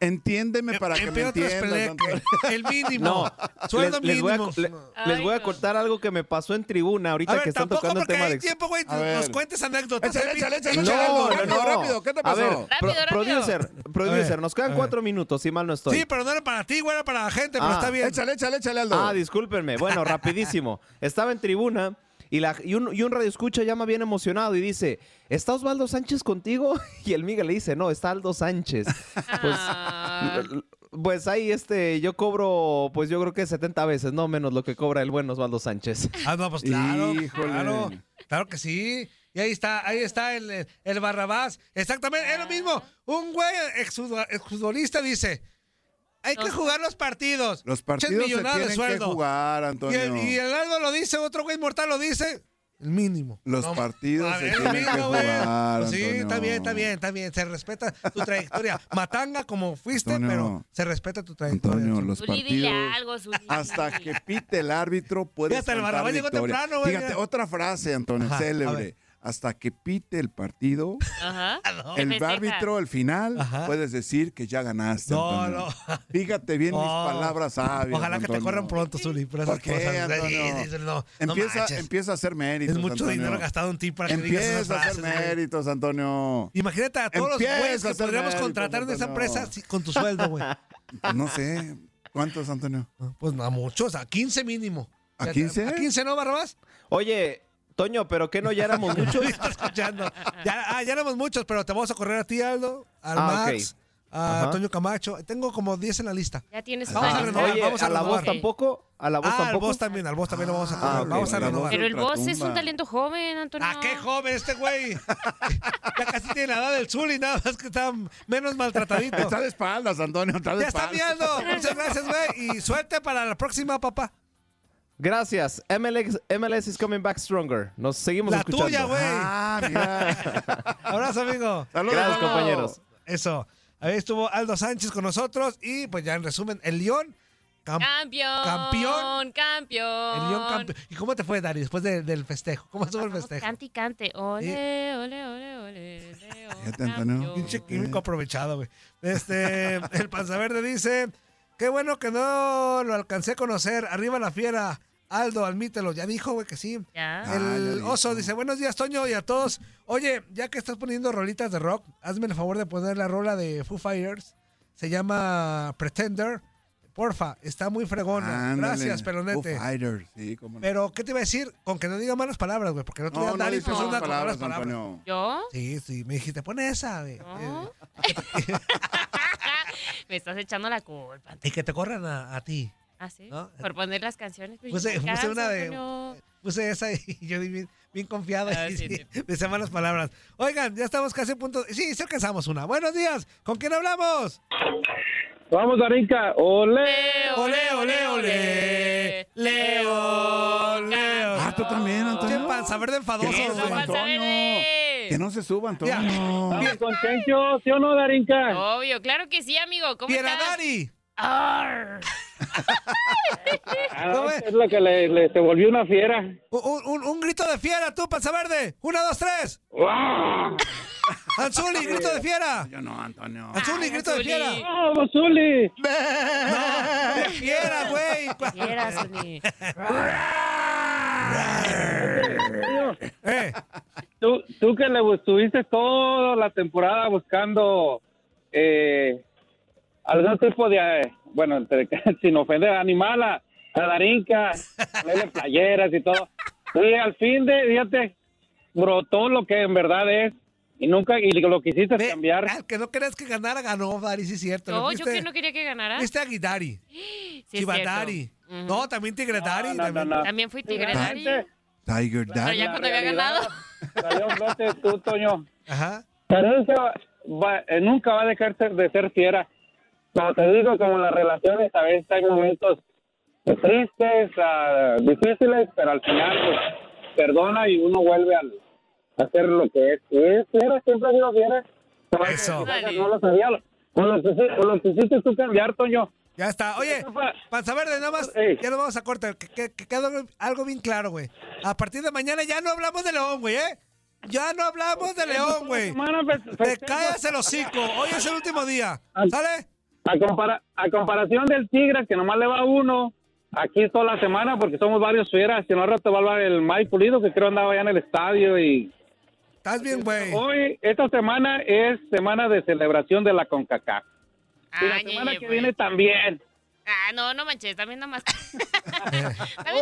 Speaker 4: Entiéndeme para que me
Speaker 3: empeora otras
Speaker 4: entiendas.
Speaker 3: peleas.
Speaker 4: Antonio.
Speaker 3: El mínimo.
Speaker 6: No,
Speaker 3: Sueldo
Speaker 6: les, les voy a,
Speaker 3: mínimo.
Speaker 6: co- le-
Speaker 5: Ay,
Speaker 6: les voy a
Speaker 5: no.
Speaker 6: contar algo que me pasó en tribuna
Speaker 3: A
Speaker 6: ahorita
Speaker 3: ver,
Speaker 6: que están
Speaker 3: tampoco
Speaker 6: tocando el
Speaker 3: porque
Speaker 6: tema
Speaker 3: hay
Speaker 6: de...
Speaker 3: tiempo, güey.
Speaker 4: A ver.
Speaker 3: Nos cuentes anécdotas.
Speaker 4: Échale, échale, échale, échale,
Speaker 6: No,
Speaker 4: Aldo,
Speaker 6: no, no.
Speaker 4: rápido, rápido. ¿Qué te
Speaker 6: A
Speaker 4: pasó?
Speaker 6: ver,
Speaker 5: Rápido, rápido.
Speaker 6: Producer, producer, nos
Speaker 3: a
Speaker 6: quedan
Speaker 3: ver.
Speaker 6: cuatro minutos, si mal no estoy.
Speaker 3: Sí, pero no era para ti, güey, era para la gente, pero
Speaker 6: Ah,
Speaker 3: está bien.
Speaker 4: Échale, échale, échale, Aldo.
Speaker 6: Ah, discúlpenme. Bueno, rapidísimo. Estaba en tribuna y, la, y un, y un radio escucha llama bien emocionado y dice, ¿está Osvaldo Sánchez contigo? Y el Miguel le dice, no, está Aldo Sánchez. Pues,
Speaker 5: Ah.
Speaker 6: l- l- pues ahí este, yo cobro, pues yo creo que 70 veces, no menos lo que cobra el buen Osvaldo Sánchez.
Speaker 3: Ah, no, pues claro,
Speaker 4: Híjole.
Speaker 3: claro, claro que sí. Y ahí está, ahí está el, el- el Barrabás. Exactamente, es lo mismo. Un güey exfutbo- exfutbolista dice, hay que jugar los partidos.
Speaker 4: Los
Speaker 3: Pinches
Speaker 4: partidos se
Speaker 3: millonadas de
Speaker 4: tienen que
Speaker 3: sueldo.
Speaker 4: jugar,
Speaker 3: Y el,
Speaker 4: Antonio.
Speaker 3: y el Aldo lo dice, otro güey mortal lo dice. El mínimo.
Speaker 4: Los
Speaker 3: No,
Speaker 4: partidos
Speaker 3: a
Speaker 4: se
Speaker 3: ver,
Speaker 4: tienen
Speaker 3: mira,
Speaker 4: que
Speaker 3: güey.
Speaker 4: jugar.
Speaker 3: Sí, está
Speaker 4: Antonio.
Speaker 3: bien, está bien, está bien. Se respeta tu trayectoria. Matanga como fuiste,
Speaker 4: Antonio.
Speaker 3: pero se respeta tu trayectoria.
Speaker 4: Antonio, los
Speaker 5: Zuli, dile
Speaker 4: partidos.
Speaker 5: algo, Zuli.
Speaker 4: Hasta que pite el árbitro puede
Speaker 3: Fíjate, el Barrabás llegó temprano, güey,
Speaker 4: Fíjate,
Speaker 3: mira.
Speaker 4: otra frase, Antonio,
Speaker 3: Ajá, a ver.
Speaker 4: célebre. Hasta que pite el partido,
Speaker 5: Ajá. Se
Speaker 4: el
Speaker 5: festeja.
Speaker 4: árbitro, el final,
Speaker 3: Ajá.
Speaker 4: puedes decir que ya ganaste.
Speaker 3: No,
Speaker 4: Antonio.
Speaker 3: no.
Speaker 4: Fíjate bien mis
Speaker 3: No.
Speaker 4: palabras sabias.
Speaker 3: Oh, Ojalá que te
Speaker 4: Antonio.
Speaker 3: corran pronto, Zuli, por esas
Speaker 4: ¿Por qué,
Speaker 3: cosas.
Speaker 4: Antonio?
Speaker 3: Sí, sí, sí, no, no
Speaker 4: Empieza,
Speaker 3: manches.
Speaker 4: empieza a hacer méritos.
Speaker 3: Es mucho
Speaker 4: Antonio.
Speaker 3: dinero gastado en ti para que digas
Speaker 4: Empieza
Speaker 3: esas
Speaker 4: a
Speaker 3: frases.
Speaker 4: hacer
Speaker 3: güey.
Speaker 4: méritos, Antonio.
Speaker 3: Imagínate a todos
Speaker 4: Empieza
Speaker 3: los güeyes
Speaker 4: a
Speaker 3: que
Speaker 4: hacer
Speaker 3: podríamos
Speaker 4: méritos,
Speaker 3: contratar en esa
Speaker 4: Antonio.
Speaker 3: empresa si- con tu sueldo, güey.
Speaker 4: No sé. ¿Cuántos, Antonio?
Speaker 3: No, Pues no, a muchos, a 15 mínimo.
Speaker 4: ¿A
Speaker 3: O sea,
Speaker 4: 15?
Speaker 3: ¿A 15 no, Barrabás?
Speaker 6: Oye, Toño, ¿pero qué no ya éramos muchos?
Speaker 3: Está escuchando. Ya, ah, ya éramos muchos, pero te vamos a correr a ti, Aldo, al
Speaker 6: Ah,
Speaker 3: Max, a
Speaker 6: Ajá.
Speaker 3: Toño Camacho. Tengo como 10 en la lista.
Speaker 5: Ya tienes
Speaker 3: Vamos
Speaker 5: una
Speaker 3: a
Speaker 5: lista.
Speaker 3: renovar,
Speaker 6: Oye,
Speaker 3: vamos a
Speaker 6: ¿a la voz
Speaker 3: renovar.
Speaker 6: tampoco? ¿A la voz
Speaker 3: ah, al
Speaker 6: también.
Speaker 3: vos también, al vos también lo vamos a
Speaker 4: Ah,
Speaker 3: correr.
Speaker 4: ok,
Speaker 3: vamos a
Speaker 4: la
Speaker 3: renovar.
Speaker 5: Pero el boss es un
Speaker 4: Ultratumba.
Speaker 5: talento joven, Antonio.
Speaker 3: ¿A qué joven este güey? ya casi tiene la edad del Zuli, nada más que está menos maltratadito.
Speaker 4: Está de espaldas, Antonio. Está de
Speaker 3: ya está
Speaker 4: espaldas.
Speaker 3: viendo. Muchas gracias, güey. Y suerte para la próxima, papá.
Speaker 6: Gracias. MLS, MLS is coming back stronger. Nos seguimos
Speaker 3: La
Speaker 6: escuchando.
Speaker 3: tuya, güey.
Speaker 4: Ah, mira.
Speaker 3: Abrazo, amigo.
Speaker 4: Saludos,
Speaker 6: Gracias,
Speaker 4: Pablo.
Speaker 6: compañeros.
Speaker 3: Eso. Ahí estuvo Aldo Sánchez con nosotros. Y pues ya en resumen, el León. cam-
Speaker 5: Campeón.
Speaker 3: Campeón.
Speaker 5: Campeón.
Speaker 3: el León campe- ¿Y cómo te fue, Dari, después de- del festejo? ¿Cómo estuvo el
Speaker 5: Vamos,
Speaker 3: festejo? Eh.
Speaker 5: Cante y cante. Ole, ole, ole, ole. ole,
Speaker 4: Fíjate, Antonio.
Speaker 5: campeón.
Speaker 3: Pinche químico aprovechado, güey. Este, el Panzaverde dice: Qué bueno que no lo alcancé a conocer. Arriba la fiera. Aldo, admítelo. Ya dijo, güey, que sí.
Speaker 5: Ya.
Speaker 4: Ah, ya
Speaker 3: El
Speaker 4: dijo.
Speaker 3: oso dice, buenos días, Toño, y a todos. Oye, ya que estás poniendo rolitas de rock, hazme el favor de poner la rola de Foo Fighters. Se llama Pretender. Porfa, está muy fregona.
Speaker 4: Ándale.
Speaker 3: Gracias, pelonete.
Speaker 4: Foo Fighters, sí, cómo no.
Speaker 3: Pero, ¿qué te iba a decir? Con que no diga malas palabras, güey, porque no te
Speaker 4: no,
Speaker 3: voy a
Speaker 4: no
Speaker 3: dar
Speaker 4: dices
Speaker 3: impulsada
Speaker 4: malas
Speaker 3: con malas
Speaker 4: palabras,
Speaker 3: palabras.
Speaker 4: Antonio.
Speaker 5: ¿Yo?
Speaker 3: Sí, sí, me dijiste, pon esa, güey.
Speaker 5: No.
Speaker 3: Eh,
Speaker 5: Me estás echando la culpa.
Speaker 3: Y que te corran a, a ti.
Speaker 5: ¿Ah, sí?
Speaker 3: ¿No?
Speaker 5: Por poner las canciones. Pues
Speaker 3: Puse-
Speaker 5: yo me
Speaker 3: puse
Speaker 5: canso,
Speaker 3: una de-
Speaker 5: Antonio.
Speaker 3: Puse esa y yo di bien, bien confiado.
Speaker 5: Ah,
Speaker 3: y
Speaker 5: sí,
Speaker 3: sí, decía malas palabras. Oigan, ya estamos casi a punto. Sí, sí alcanzamos una. Buenos días, ¿con quién hablamos?
Speaker 7: Vamos, Arinca. Ole.
Speaker 3: Ole, ole, ole. Leo, Leo.
Speaker 4: Ah, tú también, Antonio.
Speaker 3: Qué panza verde enfadoso,
Speaker 4: Que no se
Speaker 5: Eso,
Speaker 3: güey.
Speaker 4: suba,
Speaker 5: panza
Speaker 4: Antonio.
Speaker 5: verde.
Speaker 4: Que no se suba, Antonio.
Speaker 3: Mira,
Speaker 7: Con Chencho, ¿sí o no, Darinka?
Speaker 5: Obvio, claro que sí, amigo. ¿Cómo
Speaker 3: Piera
Speaker 5: estás?
Speaker 3: Dari.
Speaker 5: Arr.
Speaker 7: Ah,
Speaker 3: güey.
Speaker 7: es lo que le, le- se volvió una fiera.
Speaker 3: Un, un- un grito de fiera, tú, panza verde. Una, dos, tres.
Speaker 7: ¡Guau!
Speaker 3: Anzuli, grito de fiera.
Speaker 4: Yo no, Antonio.
Speaker 3: Anzuli,
Speaker 5: Ay,
Speaker 3: grito de
Speaker 5: Anzuli.
Speaker 3: fiera.
Speaker 7: ¡Vamos, Zuli!
Speaker 3: De fiera, güey.
Speaker 5: Quieras, Zuli.
Speaker 3: Eh,
Speaker 7: Tú, tú que le estuviste toda la temporada buscando eh, algún tipo de, eh, bueno, entre- sin ofender, animal a, a Darinka, ponerle playeras y todo. Y al fin de, fíjate, brotó lo que en verdad es. Y nunca, y lo quisiste
Speaker 3: ve,
Speaker 7: cambiar.
Speaker 3: al que no querías que ganara, ganó, Dari, sí es cierto.
Speaker 5: No,
Speaker 3: ¿Lo
Speaker 5: yo
Speaker 3: viste?
Speaker 5: que no quería que ganara.
Speaker 3: Viste a Guidari,
Speaker 5: Sí, es
Speaker 3: Chivatari.
Speaker 5: cierto. Ujú.
Speaker 3: No, también Tigre Dari.
Speaker 7: no, no,
Speaker 3: también.
Speaker 7: no.
Speaker 5: También fui tigre, Dari.
Speaker 4: Tiger
Speaker 5: Pero
Speaker 4: Daddy.
Speaker 5: ya cuando había ganado.
Speaker 7: Salió un brote tú, Toño.
Speaker 3: Ajá.
Speaker 7: Pero esa va- eh, nunca va a dejar ser- de ser fiera. Como te digo, como en las relaciones, a veces hay momentos tristes, ah, difíciles, pero al final pues, perdona y uno vuelve al- a hacer lo que es. Y es fiera, siempre ha sido fiera.
Speaker 3: Eso.
Speaker 7: No lo sabía. lo- Con lo, que, sí- con lo que hiciste tú cambiar, Toño.
Speaker 3: Ya está. Oye, Panza Verde, nada más,
Speaker 7: Ey.
Speaker 3: ya lo vamos a cortar. Que, que- que quede algo- algo bien claro, güey. A partir de mañana ya no hablamos de León, güey, ¿eh? Ya no hablamos de León, güey.
Speaker 7: Hermano, pues,
Speaker 3: Te
Speaker 7: festejo.
Speaker 3: callas el hocico. Hoy es el último día. ¿Sale?
Speaker 7: A, compara- a comparación del Tigre, que nomás le va uno, aquí toda la semana, porque somos varios fieras. Si no, al rato va a hablar el Mike Pulido, que creo andaba allá en el estadio. Y
Speaker 3: Estás bien, güey.
Speaker 7: hoy, esta semana es semana de celebración de la CONCACAF. Y la
Speaker 5: Ay,
Speaker 7: semana
Speaker 5: ñe,
Speaker 7: que
Speaker 5: ñe,
Speaker 7: viene
Speaker 5: güey.
Speaker 7: también.
Speaker 5: Ah, no, no manches, también nomás. también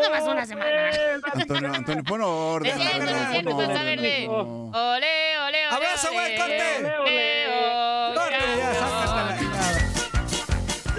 Speaker 5: nomás
Speaker 7: Oh,
Speaker 5: una semana.
Speaker 7: eh,
Speaker 4: Antonio, Antonio, pon orden.
Speaker 5: Es cierto,
Speaker 4: Antonio,
Speaker 5: es cierto,
Speaker 4: pon
Speaker 5: panza
Speaker 4: orden,
Speaker 5: verde.
Speaker 4: no.
Speaker 5: Ole, ole, ole.
Speaker 3: Abrazo, güey,
Speaker 5: ole.
Speaker 3: corte.
Speaker 5: Ole, ole.
Speaker 3: Corte, ya, sácate la chingada.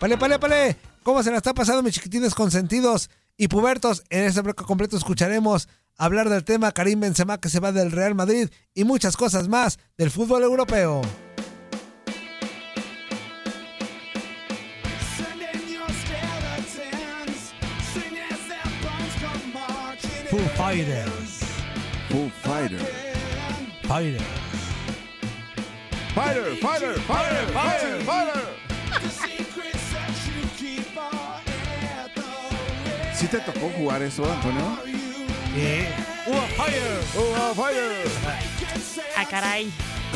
Speaker 3: Pale, pale, pale. ¿Cómo se la está pasando, mis chiquitines consentidos y pubertos? En este bloque completo escucharemos hablar del tema Karim Benzema que se va del Real Madrid y muchas cosas más del fútbol europeo. Foo Fighters.
Speaker 4: Foo Fighter.
Speaker 3: Fighters.
Speaker 4: Fighter, fighter, fighter, fighter, fighter. ¿Sí te tocó jugar eso, Antonio?
Speaker 3: Eh,
Speaker 4: ¡Oh, fire!
Speaker 5: Ah, caray.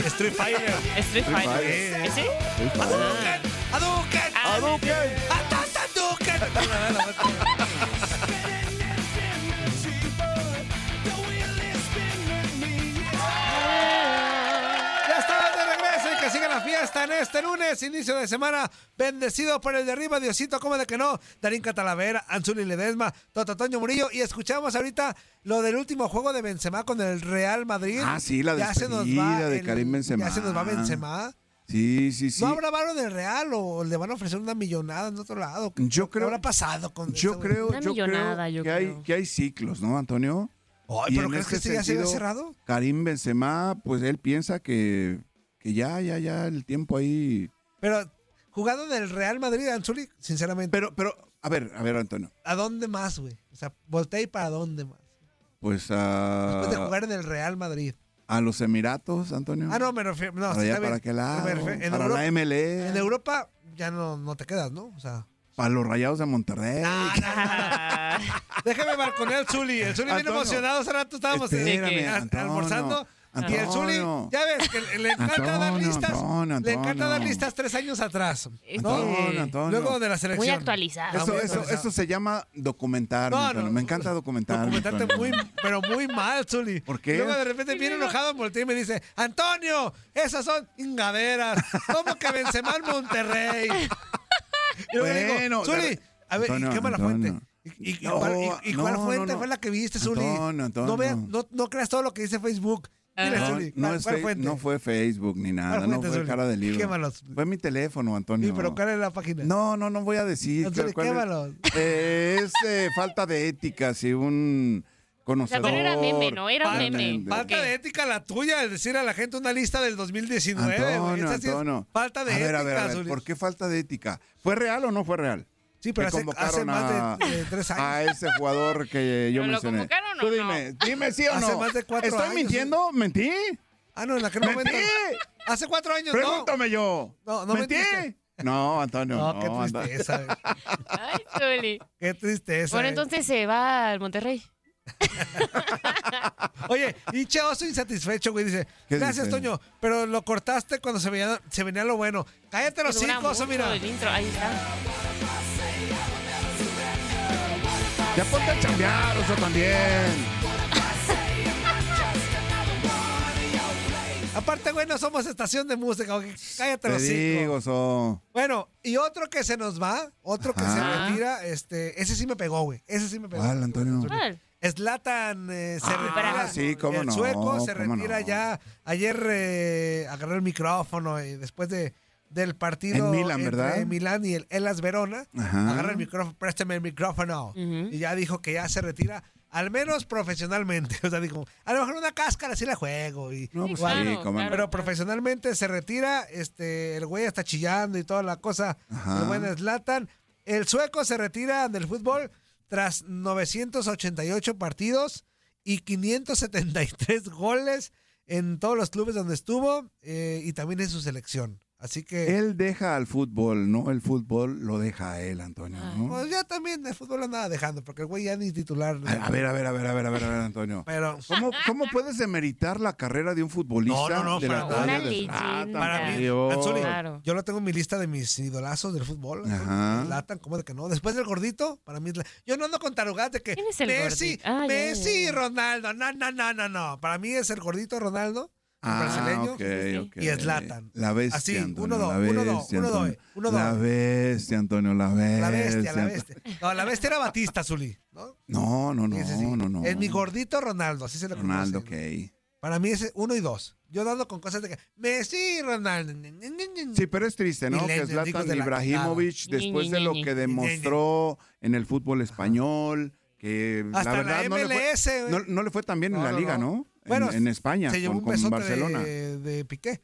Speaker 3: Street Fighter.
Speaker 5: Street Fighter.
Speaker 4: Fighter.
Speaker 5: ¿Ese?
Speaker 3: Hadouken.
Speaker 5: Ah,
Speaker 4: ¡Hadouken!
Speaker 3: Hadouken. Ya estamos de regreso y que siga la fiesta en este lunes, inicio de semana, bendecido por el de arriba, Diosito, ¿cómo de que no? Darín Catalavera, Anzuli Ledesma, Toto Toño Murillo, y escuchamos ahorita lo del último juego de Benzema con el Real Madrid.
Speaker 4: Ah, sí, la
Speaker 3: Ya se nos va
Speaker 4: despedida de
Speaker 3: el-
Speaker 4: Karim Benzema.
Speaker 3: Ya se nos va Benzema.
Speaker 4: Sí, sí, sí.
Speaker 3: ¿No habrá varo del Real o le van a ofrecer una millonada en otro lado? ¿Qué-
Speaker 4: Yo
Speaker 3: qué
Speaker 4: creo-
Speaker 3: habrá pasado con
Speaker 4: Yo
Speaker 3: este güey?
Speaker 4: creo,
Speaker 5: Una
Speaker 4: yo
Speaker 5: millonada,
Speaker 4: creo
Speaker 5: yo
Speaker 4: que, Hay,
Speaker 5: creo.
Speaker 4: que hay ciclos, ¿no, Antonio?
Speaker 3: Ay,
Speaker 4: Y
Speaker 3: ¿Pero
Speaker 4: en
Speaker 3: crees que
Speaker 4: ese
Speaker 3: este ya se había
Speaker 4: sentido,
Speaker 3: cerrado?
Speaker 4: Karim Benzema, pues él piensa que, que ya, ya, ya el tiempo ahí.
Speaker 3: Pero jugando del Real Madrid, Anzuli, sinceramente,
Speaker 4: Pero, pero, a ver, a ver, Antonio.
Speaker 3: ¿a dónde más, güey? O sea, voltea y para dónde más.
Speaker 4: Pues a,
Speaker 3: Después de jugar en el Real Madrid.
Speaker 4: a los Emiratos, Antonio.
Speaker 3: Ah, no, me refiero. No,
Speaker 4: para
Speaker 3: sí,
Speaker 4: allá,
Speaker 3: está bien.
Speaker 4: para aquel lado.
Speaker 3: Me refiero- en,
Speaker 4: para
Speaker 3: Europa,
Speaker 4: la MLE.
Speaker 3: en Europa ya no, no te quedas, ¿no? O sea.
Speaker 4: Para los Rayados de Monterrey.
Speaker 5: Ah,
Speaker 3: Déjame balconear al Zuli. El Zuli viene
Speaker 4: Antonio.
Speaker 3: emocionado. Hace rato estábamos eh,
Speaker 4: Espérame,
Speaker 3: al-
Speaker 4: Antonio.
Speaker 3: almorzando. Y el Zuli,
Speaker 4: Antonio.
Speaker 3: ya ves, que le- le encanta dar
Speaker 4: Antonio,
Speaker 3: listas.
Speaker 4: Antonio,
Speaker 3: Le encanta
Speaker 4: Antonio.
Speaker 3: dar listas tres años atrás. ¿no?
Speaker 5: Este,
Speaker 4: Antonio, Antonio.
Speaker 3: Luego de la
Speaker 5: Muy
Speaker 3: selección.
Speaker 5: actualizado.
Speaker 3: Ah,
Speaker 4: Eso,
Speaker 3: muy
Speaker 4: eso,
Speaker 3: actualizado.
Speaker 4: eso se llama documentar.
Speaker 3: No,
Speaker 4: Antonio.
Speaker 3: no.
Speaker 4: Me encanta documentar.
Speaker 3: Documentarte
Speaker 4: Antonio.
Speaker 3: muy, pero muy mal, Zuli.
Speaker 4: ¿Por qué?
Speaker 3: Luego de repente viene enojado, voltea y me dice, Antonio, esas son ingaderas. ¿Cómo que Benzema al Monterrey? Y luego le digo,
Speaker 4: Bueno,
Speaker 3: Zuli,
Speaker 4: de-
Speaker 3: a ver,
Speaker 4: Antonio,
Speaker 3: ¿y qué mala
Speaker 4: Antonio.
Speaker 3: fuente? ¿Y, y- y
Speaker 4: No,
Speaker 3: cuál, y- y cuál
Speaker 4: no,
Speaker 3: fuente
Speaker 4: no, no.
Speaker 3: fue la que viste, Zuli?
Speaker 4: Antonio, Antonio.
Speaker 3: No, veas, no, no creas todo lo que dice Facebook. Dile,
Speaker 4: No,
Speaker 3: Zuli,
Speaker 4: no
Speaker 3: ¿cuál,
Speaker 4: es
Speaker 3: cuál
Speaker 4: fe-
Speaker 3: fuente?
Speaker 4: no fue Facebook ni nada,
Speaker 3: ¿Cuál
Speaker 4: no
Speaker 3: fuente,
Speaker 4: fue
Speaker 3: Zuli?
Speaker 4: cara de libro.
Speaker 3: Quémalos.
Speaker 4: Fue mi teléfono, Antonio.
Speaker 3: Sí, pero ¿cuál es la página?
Speaker 4: No, no, no voy a decir.
Speaker 3: Antonio,
Speaker 4: cuál- cuál es.
Speaker 3: quémalos.
Speaker 4: Eh, es eh, falta de ética, si un conocedor.
Speaker 5: pero era meme, ¿no? Era un meme.
Speaker 3: Falta
Speaker 5: Ok.
Speaker 3: de ética la tuya, el decir a la gente una lista del 2019. güey.
Speaker 4: Antonio,
Speaker 3: Esa sí es
Speaker 4: Antonio.
Speaker 3: Falta de
Speaker 4: a ver,
Speaker 3: ética,
Speaker 4: a ver, a ver,
Speaker 3: Zuli.
Speaker 4: ¿por qué falta de ética? ¿Fue real o no fue real?
Speaker 3: Sí, pero
Speaker 4: Que
Speaker 3: hace,
Speaker 4: convocaron
Speaker 3: hace más de,
Speaker 4: a- Ah,
Speaker 3: de tres años.
Speaker 4: A ese jugador que yo
Speaker 5: ¿Pero lo
Speaker 4: mencioné.
Speaker 5: convocaron o
Speaker 4: Tú
Speaker 5: no?
Speaker 4: dime, dime sí o
Speaker 3: Hace
Speaker 4: no.
Speaker 3: más de cuatro
Speaker 4: ¿Estoy
Speaker 3: años, ¿eh?
Speaker 4: mintiendo? ¿Mentí?
Speaker 3: Ah, no, en aquel momento. Hace cuatro años, ¿no?
Speaker 4: Pregúntame yo.
Speaker 3: No, no
Speaker 4: ¿Mentí?
Speaker 3: mentiste.
Speaker 4: No, Antonio.
Speaker 3: No,
Speaker 4: No,
Speaker 3: qué
Speaker 4: Antonio.
Speaker 3: tristeza. güey.
Speaker 5: Ay, Zuli.
Speaker 3: Qué tristeza. eh.
Speaker 5: Bueno,
Speaker 3: güey.
Speaker 5: entonces se va al Monterrey.
Speaker 3: Oye, y Cheoso insatisfecho, güey, dice,
Speaker 4: ¿Qué
Speaker 3: gracias,
Speaker 4: dice?
Speaker 3: Toño, pero lo cortaste cuando se venía, se venía lo bueno. Cállate los
Speaker 5: Dura
Speaker 3: cinco, eso,
Speaker 5: mucho
Speaker 3: mira.
Speaker 5: el intro, Ahí está.
Speaker 4: Ya ponte a chambear, Oso, también.
Speaker 3: Aparte, güey, no somos estación de música, güey,
Speaker 4: Te
Speaker 3: cállate los
Speaker 4: digo,
Speaker 3: cinco.
Speaker 4: Oso.
Speaker 3: Bueno, y otro que se nos va, otro que se
Speaker 5: Ajá.
Speaker 3: retira, este, ese sí me pegó, güey, ese sí me pegó.
Speaker 4: ¿Cuál, Antonio?
Speaker 5: ¿Cuál? Ah,
Speaker 3: Zlatan eh, se retira.
Speaker 4: sí, cómo
Speaker 3: el
Speaker 4: no,
Speaker 3: sueco se
Speaker 4: cómo
Speaker 3: retira
Speaker 4: no.
Speaker 3: ya. Ayer eh, agarró el micrófono eh, después de, del partido
Speaker 4: En Milán,
Speaker 3: entre
Speaker 4: ¿verdad?
Speaker 3: Milán y el Elas Verona.
Speaker 4: Ajá.
Speaker 3: Agarra el micrófono, préstame el micrófono.
Speaker 5: Ujú.
Speaker 3: Y ya dijo que ya se retira, al menos profesionalmente. O sea, dijo, a lo mejor una cáscara sí la juego. Y,
Speaker 4: No, pues
Speaker 5: Sí,
Speaker 4: sí,
Speaker 5: claro,
Speaker 4: cómo no.
Speaker 5: claro.
Speaker 3: pero profesionalmente se retira, este, el güey está chillando y toda la cosa.
Speaker 4: Ajá.
Speaker 3: El buen Zlatan. El sueco se retira del fútbol tras 988 partidos y 573 goles en todos los clubes donde estuvo eh, y también en su selección. Así que,
Speaker 4: Él deja al fútbol, ¿no? El fútbol lo deja a él, Antonio. ¿no?
Speaker 3: pues ya también de fútbol andaba dejando, porque el güey ya ni titular.
Speaker 4: A, a ver, a ver, a ver, a ver, a ver, a ver, Antonio.
Speaker 3: Pero
Speaker 4: ¿Cómo, cómo puedes demeritar la carrera de un futbolista?
Speaker 3: No, no, no,
Speaker 4: de la
Speaker 3: para
Speaker 4: talla
Speaker 5: Una
Speaker 3: nada.
Speaker 4: de-
Speaker 5: leyenda.
Speaker 3: para mí,
Speaker 6: Dios.
Speaker 3: Anzuli,
Speaker 5: Claro.
Speaker 3: yo lo tengo en mi lista de mis idolazos del fútbol.
Speaker 4: Ajá.
Speaker 3: Latan, ¿cómo de que no? Después del gordito, para mí es la- Yo no ando con tarugadas de que
Speaker 5: ¿Quién es el
Speaker 3: Messi,
Speaker 5: gordito? Ah, ya,
Speaker 3: Messi
Speaker 5: ya, ya.
Speaker 3: y Ronaldo. No, no, no, no, no. Para mí es el gordito Ronaldo, el
Speaker 4: Ah,
Speaker 3: brasileño.
Speaker 4: ok, ok.
Speaker 3: Y Zlatan.
Speaker 4: La bestia,
Speaker 3: Así,
Speaker 4: Antonio,
Speaker 3: uno, dos,
Speaker 4: la
Speaker 3: uno, dos,
Speaker 4: bestia,
Speaker 3: uno, eh. dos,
Speaker 4: Antonio.
Speaker 3: uno, dos.
Speaker 4: La bestia, Antonio, la bestia.
Speaker 3: La bestia, la
Speaker 4: Anto-
Speaker 3: bestia. No, la bestia era Batista, Zuli. ¿no?
Speaker 4: No, no, no,
Speaker 3: Sí, sí, sí.
Speaker 4: no, no.
Speaker 3: Es mi gordito Ronaldo, así se le conoce.
Speaker 4: Ronaldo,
Speaker 3: ¿no?
Speaker 4: ok.
Speaker 3: Para mí es uno y dos. Yo dando con cosas de que Messi, Ronaldo. ni, ni, ni, ni, ni.
Speaker 4: Sí, pero es triste,
Speaker 3: Y
Speaker 4: ¿no?
Speaker 3: le-
Speaker 4: Que
Speaker 3: le digo
Speaker 4: Zlatan
Speaker 3: de la
Speaker 4: Ibrahimovic,
Speaker 5: patada.
Speaker 4: después de lo que
Speaker 5: Ñe,
Speaker 4: demostró en el fútbol español, que la
Speaker 3: Hasta la,
Speaker 4: verdad no le fue-
Speaker 3: MLS. güey.
Speaker 4: no, no le fue tan bien en
Speaker 3: No,
Speaker 4: la
Speaker 3: no,
Speaker 4: liga,
Speaker 3: no.
Speaker 4: ¿no? En-
Speaker 3: Bueno,
Speaker 4: en, España,
Speaker 3: se llevó
Speaker 4: con,
Speaker 3: un
Speaker 4: con
Speaker 3: besote
Speaker 4: Barcelona.
Speaker 3: de, de Piqué.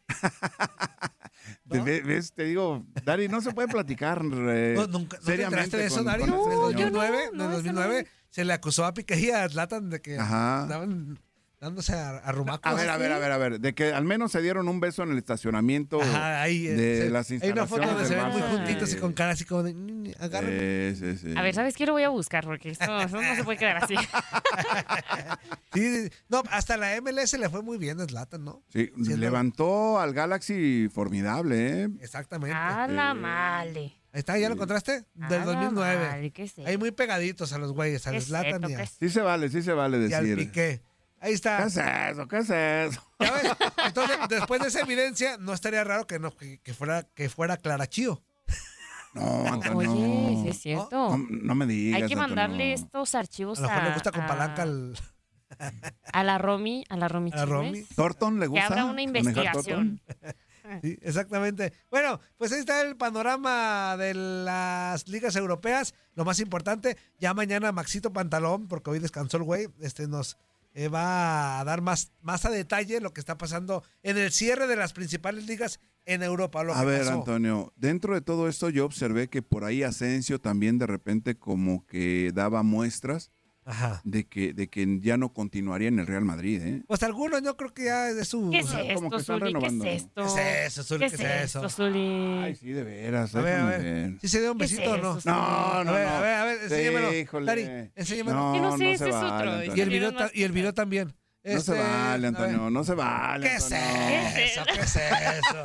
Speaker 4: Te- ve- ¿Ves? Te digo, Dari, no se puede platicar eh,
Speaker 3: No, nunca, ¿no te enteraste
Speaker 4: seriamente
Speaker 3: de eso,
Speaker 4: con-
Speaker 3: Dario?
Speaker 4: con este
Speaker 5: No,
Speaker 4: señor.
Speaker 5: yo no.
Speaker 3: 2009, en
Speaker 5: eso no.
Speaker 3: 2009 se le acusó a Piqué y a Zlatan de que
Speaker 4: Ajá.
Speaker 3: estaban dándose a, a rumacos.
Speaker 4: A ver, a ver, a ver, a ver. De que al menos se dieron un beso en el estacionamiento
Speaker 3: Ajá, ahí, eh,
Speaker 4: de
Speaker 3: se-
Speaker 4: las
Speaker 3: hay una
Speaker 4: instalaciones
Speaker 3: foto donde
Speaker 4: del
Speaker 3: se ven muy
Speaker 4: Barça. Eh.
Speaker 3: juntitos y
Speaker 4: Sí.
Speaker 3: con cara así como de "Ni, ni, agárrame".
Speaker 4: Sí, sí, sí.
Speaker 5: A ver, ¿sabes qué? Lo voy a buscar porque esto, esto no se puede quedar así.
Speaker 3: Sí, sí. No, hasta la MLS le fue muy bien a Zlatan, ¿no?
Speaker 4: Sí,
Speaker 3: Siendo-
Speaker 4: levantó al Galaxy formidable, ¿eh?
Speaker 3: Exactamente.
Speaker 5: A la male.
Speaker 3: Ahí está, ¿ya lo encontraste? Del
Speaker 5: A la
Speaker 3: 2009,
Speaker 5: Ah, madre, ¿qué es
Speaker 3: ahí
Speaker 5: esto?
Speaker 3: muy pegaditos a los güeyes, a
Speaker 5: ¿Qué
Speaker 3: los
Speaker 5: es pues.
Speaker 3: Zlatan
Speaker 5: esto?
Speaker 3: y,
Speaker 5: ¿Qué
Speaker 3: a-
Speaker 5: es
Speaker 4: Sí se vale, sí se vale
Speaker 3: y al
Speaker 4: decir. ¿Qué
Speaker 3: Piqué. Ahí está.
Speaker 4: es eso? ¿Qué es eso?
Speaker 3: ¿Ya ves? Entonces, después de esa evidencia, no estaría raro que no que, que fuera que fuera Clara Chío.
Speaker 4: No, Antonio,
Speaker 5: Oye,
Speaker 4: no.
Speaker 5: sí es cierto.
Speaker 4: No, no me digas.
Speaker 5: Hay que mandarle
Speaker 4: Antonio.
Speaker 5: estos
Speaker 3: A
Speaker 5: archivos
Speaker 3: lo mejor
Speaker 5: a,
Speaker 3: le gusta con
Speaker 5: a-
Speaker 3: palanca al,
Speaker 5: a la Romy, a la Romy
Speaker 3: a la
Speaker 5: Chávez,
Speaker 3: Romy.
Speaker 4: ¿Thornton le
Speaker 5: Que
Speaker 4: gusta?
Speaker 5: abra una
Speaker 4: manejar Thornton?
Speaker 5: investigación. ah.
Speaker 3: Sí, exactamente. Bueno, pues ahí está el panorama de las ligas europeas. Lo más importante, ya mañana Maxito Pantalón, porque hoy descansó el güey, este nos eh, va a dar más, más a detalle lo que está pasando en el cierre de las principales ligas en Europa. Lo
Speaker 4: A
Speaker 3: que
Speaker 4: ver,
Speaker 3: pasó.
Speaker 4: Antonio, dentro de todo esto yo observé que por ahí Asensio también de repente como que daba muestras
Speaker 3: Ajá.
Speaker 4: de que, de que ya no continuaría en el Real Madrid, ¿eh?
Speaker 3: Pues algunos yo creo que ya es su...
Speaker 5: ¿Qué es
Speaker 4: sea, como que
Speaker 5: esto,
Speaker 4: están
Speaker 5: Zuli? ¿Qué
Speaker 4: renovando.
Speaker 5: es esto?
Speaker 3: ¿Qué es eso, Zuli?
Speaker 5: ¿Qué
Speaker 3: ¿Qué
Speaker 5: es
Speaker 3: es
Speaker 5: esto,
Speaker 3: eso?
Speaker 5: Zuli?
Speaker 4: Ay, sí, de veras.
Speaker 3: A ver, a
Speaker 4: déjame
Speaker 3: ver.
Speaker 4: ver.
Speaker 3: ¿Sí se dio un
Speaker 5: ¿Qué es
Speaker 3: besito o no?
Speaker 5: eso,
Speaker 4: No, no,
Speaker 3: a ver,
Speaker 4: no.
Speaker 3: a ver, a ver, enséñamelo.
Speaker 4: Híjole.
Speaker 3: Dari, enséñamelo.
Speaker 4: No,
Speaker 5: Que no sé,
Speaker 4: no
Speaker 5: ese
Speaker 4: se
Speaker 5: es
Speaker 4: vale,
Speaker 5: otro,
Speaker 4: Antonio.
Speaker 3: Y el
Speaker 5: Tiene
Speaker 3: video,
Speaker 5: más
Speaker 3: ta- y el video también.
Speaker 4: No se
Speaker 3: Este,
Speaker 4: vale,
Speaker 3: a ver.
Speaker 4: Antonio, no se vale.
Speaker 3: ¿Qué es
Speaker 4: Antonio.
Speaker 3: eso? ¿Qué es eso?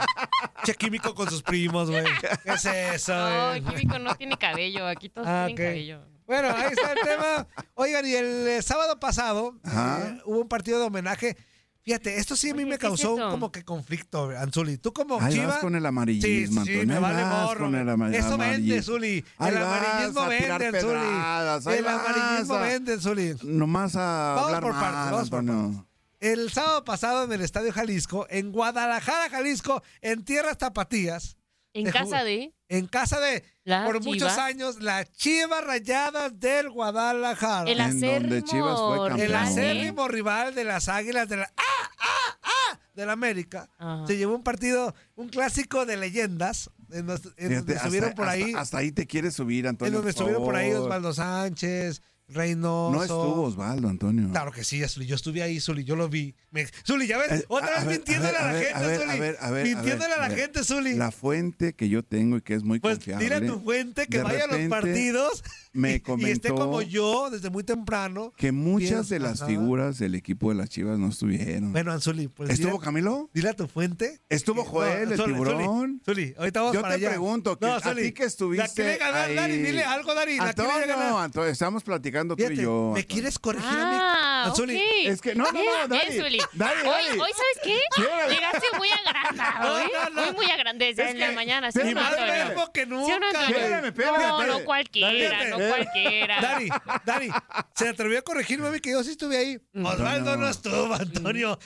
Speaker 3: che químico con sus primos, güey. ¿Qué es eso?
Speaker 5: No,
Speaker 3: güey?
Speaker 5: Químico no tiene cabello. Aquí todos
Speaker 3: Ah,
Speaker 5: tienen
Speaker 3: ok.
Speaker 5: cabello.
Speaker 3: Bueno, ahí está el tema. Oigan, y el eh, sábado pasado
Speaker 4: Ajá.
Speaker 3: eh, hubo un partido de homenaje. Fíjate, esto sí a mí
Speaker 5: Oye,
Speaker 3: me
Speaker 5: ¿qué es
Speaker 3: causó
Speaker 5: eso?
Speaker 3: como que conflicto, Anzuli. Tú como
Speaker 4: Ahí
Speaker 3: chiva...
Speaker 4: vas con el
Speaker 3: Sí,
Speaker 4: amarillismo,
Speaker 3: sí,
Speaker 4: Antonio.
Speaker 3: me
Speaker 4: ahí
Speaker 3: vale
Speaker 4: vas
Speaker 3: morro.
Speaker 4: con el ama-
Speaker 3: Eso vende,
Speaker 4: amarillismo.
Speaker 3: Zuli.
Speaker 4: Ahí
Speaker 3: El
Speaker 4: vas
Speaker 3: amarillismo
Speaker 4: a tirar
Speaker 3: vende,
Speaker 4: pedradas,
Speaker 3: Zuli.
Speaker 4: ahí
Speaker 3: El
Speaker 4: vas
Speaker 3: amarillismo
Speaker 4: a-
Speaker 3: vende, Zuli.
Speaker 4: Nomás a
Speaker 3: Vamos
Speaker 4: hablar
Speaker 3: por partes,
Speaker 4: mal,
Speaker 3: vamos por
Speaker 4: Antonio.
Speaker 3: El sábado pasado en el Estadio Jalisco, en Guadalajara, Jalisco, en tierras tapatías,
Speaker 5: En
Speaker 3: Te ju-
Speaker 5: casa de
Speaker 3: en casa de,
Speaker 5: la
Speaker 3: por muchos
Speaker 5: Chivas,
Speaker 3: años, las Chivas Rayadas del Guadalajara.
Speaker 5: el
Speaker 4: Ah, En donde
Speaker 5: acérrimo
Speaker 4: Chivas fue
Speaker 5: rival,
Speaker 3: El
Speaker 4: campeón.
Speaker 5: ¿eh?
Speaker 3: acérrimo rival de las Águilas de la ¡Ah, ah, ah! de la América.
Speaker 5: Ajá.
Speaker 3: Se llevó un partido, un clásico de leyendas, en, los- en
Speaker 4: Fíjate,
Speaker 3: donde
Speaker 4: hasta-
Speaker 3: estuvieron por
Speaker 4: hasta-
Speaker 3: ahí,
Speaker 4: Hasta, ahí te quieres subir, Antonio.
Speaker 3: en donde
Speaker 4: por
Speaker 3: estuvieron por ahí
Speaker 4: favor.
Speaker 3: Osvaldo Sánchez, Reynoso.
Speaker 4: No estuvo Osvaldo, Antonio.
Speaker 3: Claro que sí, Zuli. Yo estuve ahí, Zuli. Yo lo vi. Me- Zuli, ya ves,
Speaker 4: Eh,
Speaker 3: otra
Speaker 4: a- a
Speaker 3: vez
Speaker 4: ver,
Speaker 3: mintiéndole a,
Speaker 4: a
Speaker 3: la
Speaker 4: ver,
Speaker 3: gente,
Speaker 4: a ver,
Speaker 3: Zuli.
Speaker 4: a ver, a ver, a ver,
Speaker 3: mintiéndole a la
Speaker 4: a ver.
Speaker 3: gente, Zuli.
Speaker 4: La fuente que yo tengo y que es muy
Speaker 3: pues dile
Speaker 4: confiable.
Speaker 3: a tu fuente que
Speaker 4: de
Speaker 3: vaya a los
Speaker 4: repente
Speaker 3: partidos
Speaker 4: me
Speaker 3: y- y, esté
Speaker 4: comentó-
Speaker 3: como yo desde muy temprano.
Speaker 4: Que muchas de
Speaker 3: Pienso,
Speaker 4: las
Speaker 3: ajá.
Speaker 4: figuras del equipo de las Chivas no estuvieron.
Speaker 3: Bueno, Anzuli, pues
Speaker 4: ¿Estuvo
Speaker 3: dile,
Speaker 4: Camilo?
Speaker 3: dile a tu fuente.
Speaker 4: ¿Estuvo
Speaker 3: que-
Speaker 4: Joel,
Speaker 3: no,
Speaker 4: el
Speaker 3: Zuli,
Speaker 4: tiburón?
Speaker 3: Zuli, Zuli, ahorita vamos
Speaker 4: Yo
Speaker 3: para
Speaker 4: te
Speaker 3: allá.
Speaker 4: pregunto, que- a ti que estuviste
Speaker 3: La quiere ganar,
Speaker 4: ahí.
Speaker 3: Dari, dile algo, Dari. La quiere
Speaker 4: Antonio,
Speaker 3: ganar.
Speaker 4: Antonio, estamos platicando tú
Speaker 3: Fíjate,
Speaker 4: y yo.
Speaker 3: ¿me
Speaker 4: Antonio.
Speaker 3: quieres corregir a
Speaker 5: Ah,
Speaker 3: mí? Anzuli,
Speaker 5: ok.
Speaker 4: Es que no, no, no,
Speaker 5: Bien, bien,
Speaker 4: Dari.
Speaker 5: Zuli.
Speaker 4: Dari,
Speaker 5: Hoy,
Speaker 4: Dari.
Speaker 5: hoy, ¿sabes qué?
Speaker 4: Quiérale.
Speaker 5: Llegaste muy agrandado, ¿eh?
Speaker 3: No, no, no.
Speaker 5: Hoy muy agrandado
Speaker 4: Es
Speaker 5: en la
Speaker 4: que-
Speaker 5: mañana. ¿sí
Speaker 4: es
Speaker 5: o
Speaker 3: Y
Speaker 4: que
Speaker 5: no,
Speaker 3: más
Speaker 4: Antonio.
Speaker 3: verbo que
Speaker 5: ¿Sí o no,
Speaker 3: nunca.
Speaker 5: Antonio?
Speaker 4: Espérame, espérame,
Speaker 5: No,
Speaker 4: espérame.
Speaker 5: no cualquiera,
Speaker 3: Dale,
Speaker 5: no
Speaker 3: dale.
Speaker 5: cualquiera.
Speaker 3: Dari, Dari, se atrevió a corregirme a mí que yo sí estuve ahí.
Speaker 4: Mm.
Speaker 3: Osvaldo no estuvo, Antonio.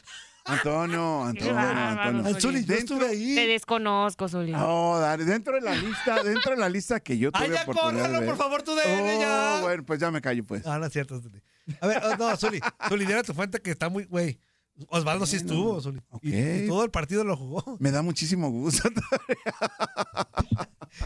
Speaker 4: Antonio, Antonio,
Speaker 5: bárbaro,
Speaker 4: Antonio.
Speaker 3: Anzuli, yo
Speaker 4: Dentro-
Speaker 3: estuve ahí.
Speaker 5: Te desconozco, Zuli.
Speaker 4: No, Dari, dentro de la lista, dentro de la lista que yo tuve
Speaker 3: Ay, ya
Speaker 4: oportunidad de
Speaker 3: córralo,
Speaker 4: ver.
Speaker 3: por favor, tú DN ya.
Speaker 4: Oh, bueno, pues ya me callo, pues.
Speaker 3: Ah, no es cierto, Zuli. A ver, oh, no, Zuli, Zuli, dile a tu fuente que está muy, güey. Osvaldo sí
Speaker 4: Bueno,
Speaker 3: estuvo, Zuli. Y- Y,
Speaker 4: ok.
Speaker 3: todo el partido lo jugó.
Speaker 4: Me da muchísimo gusto.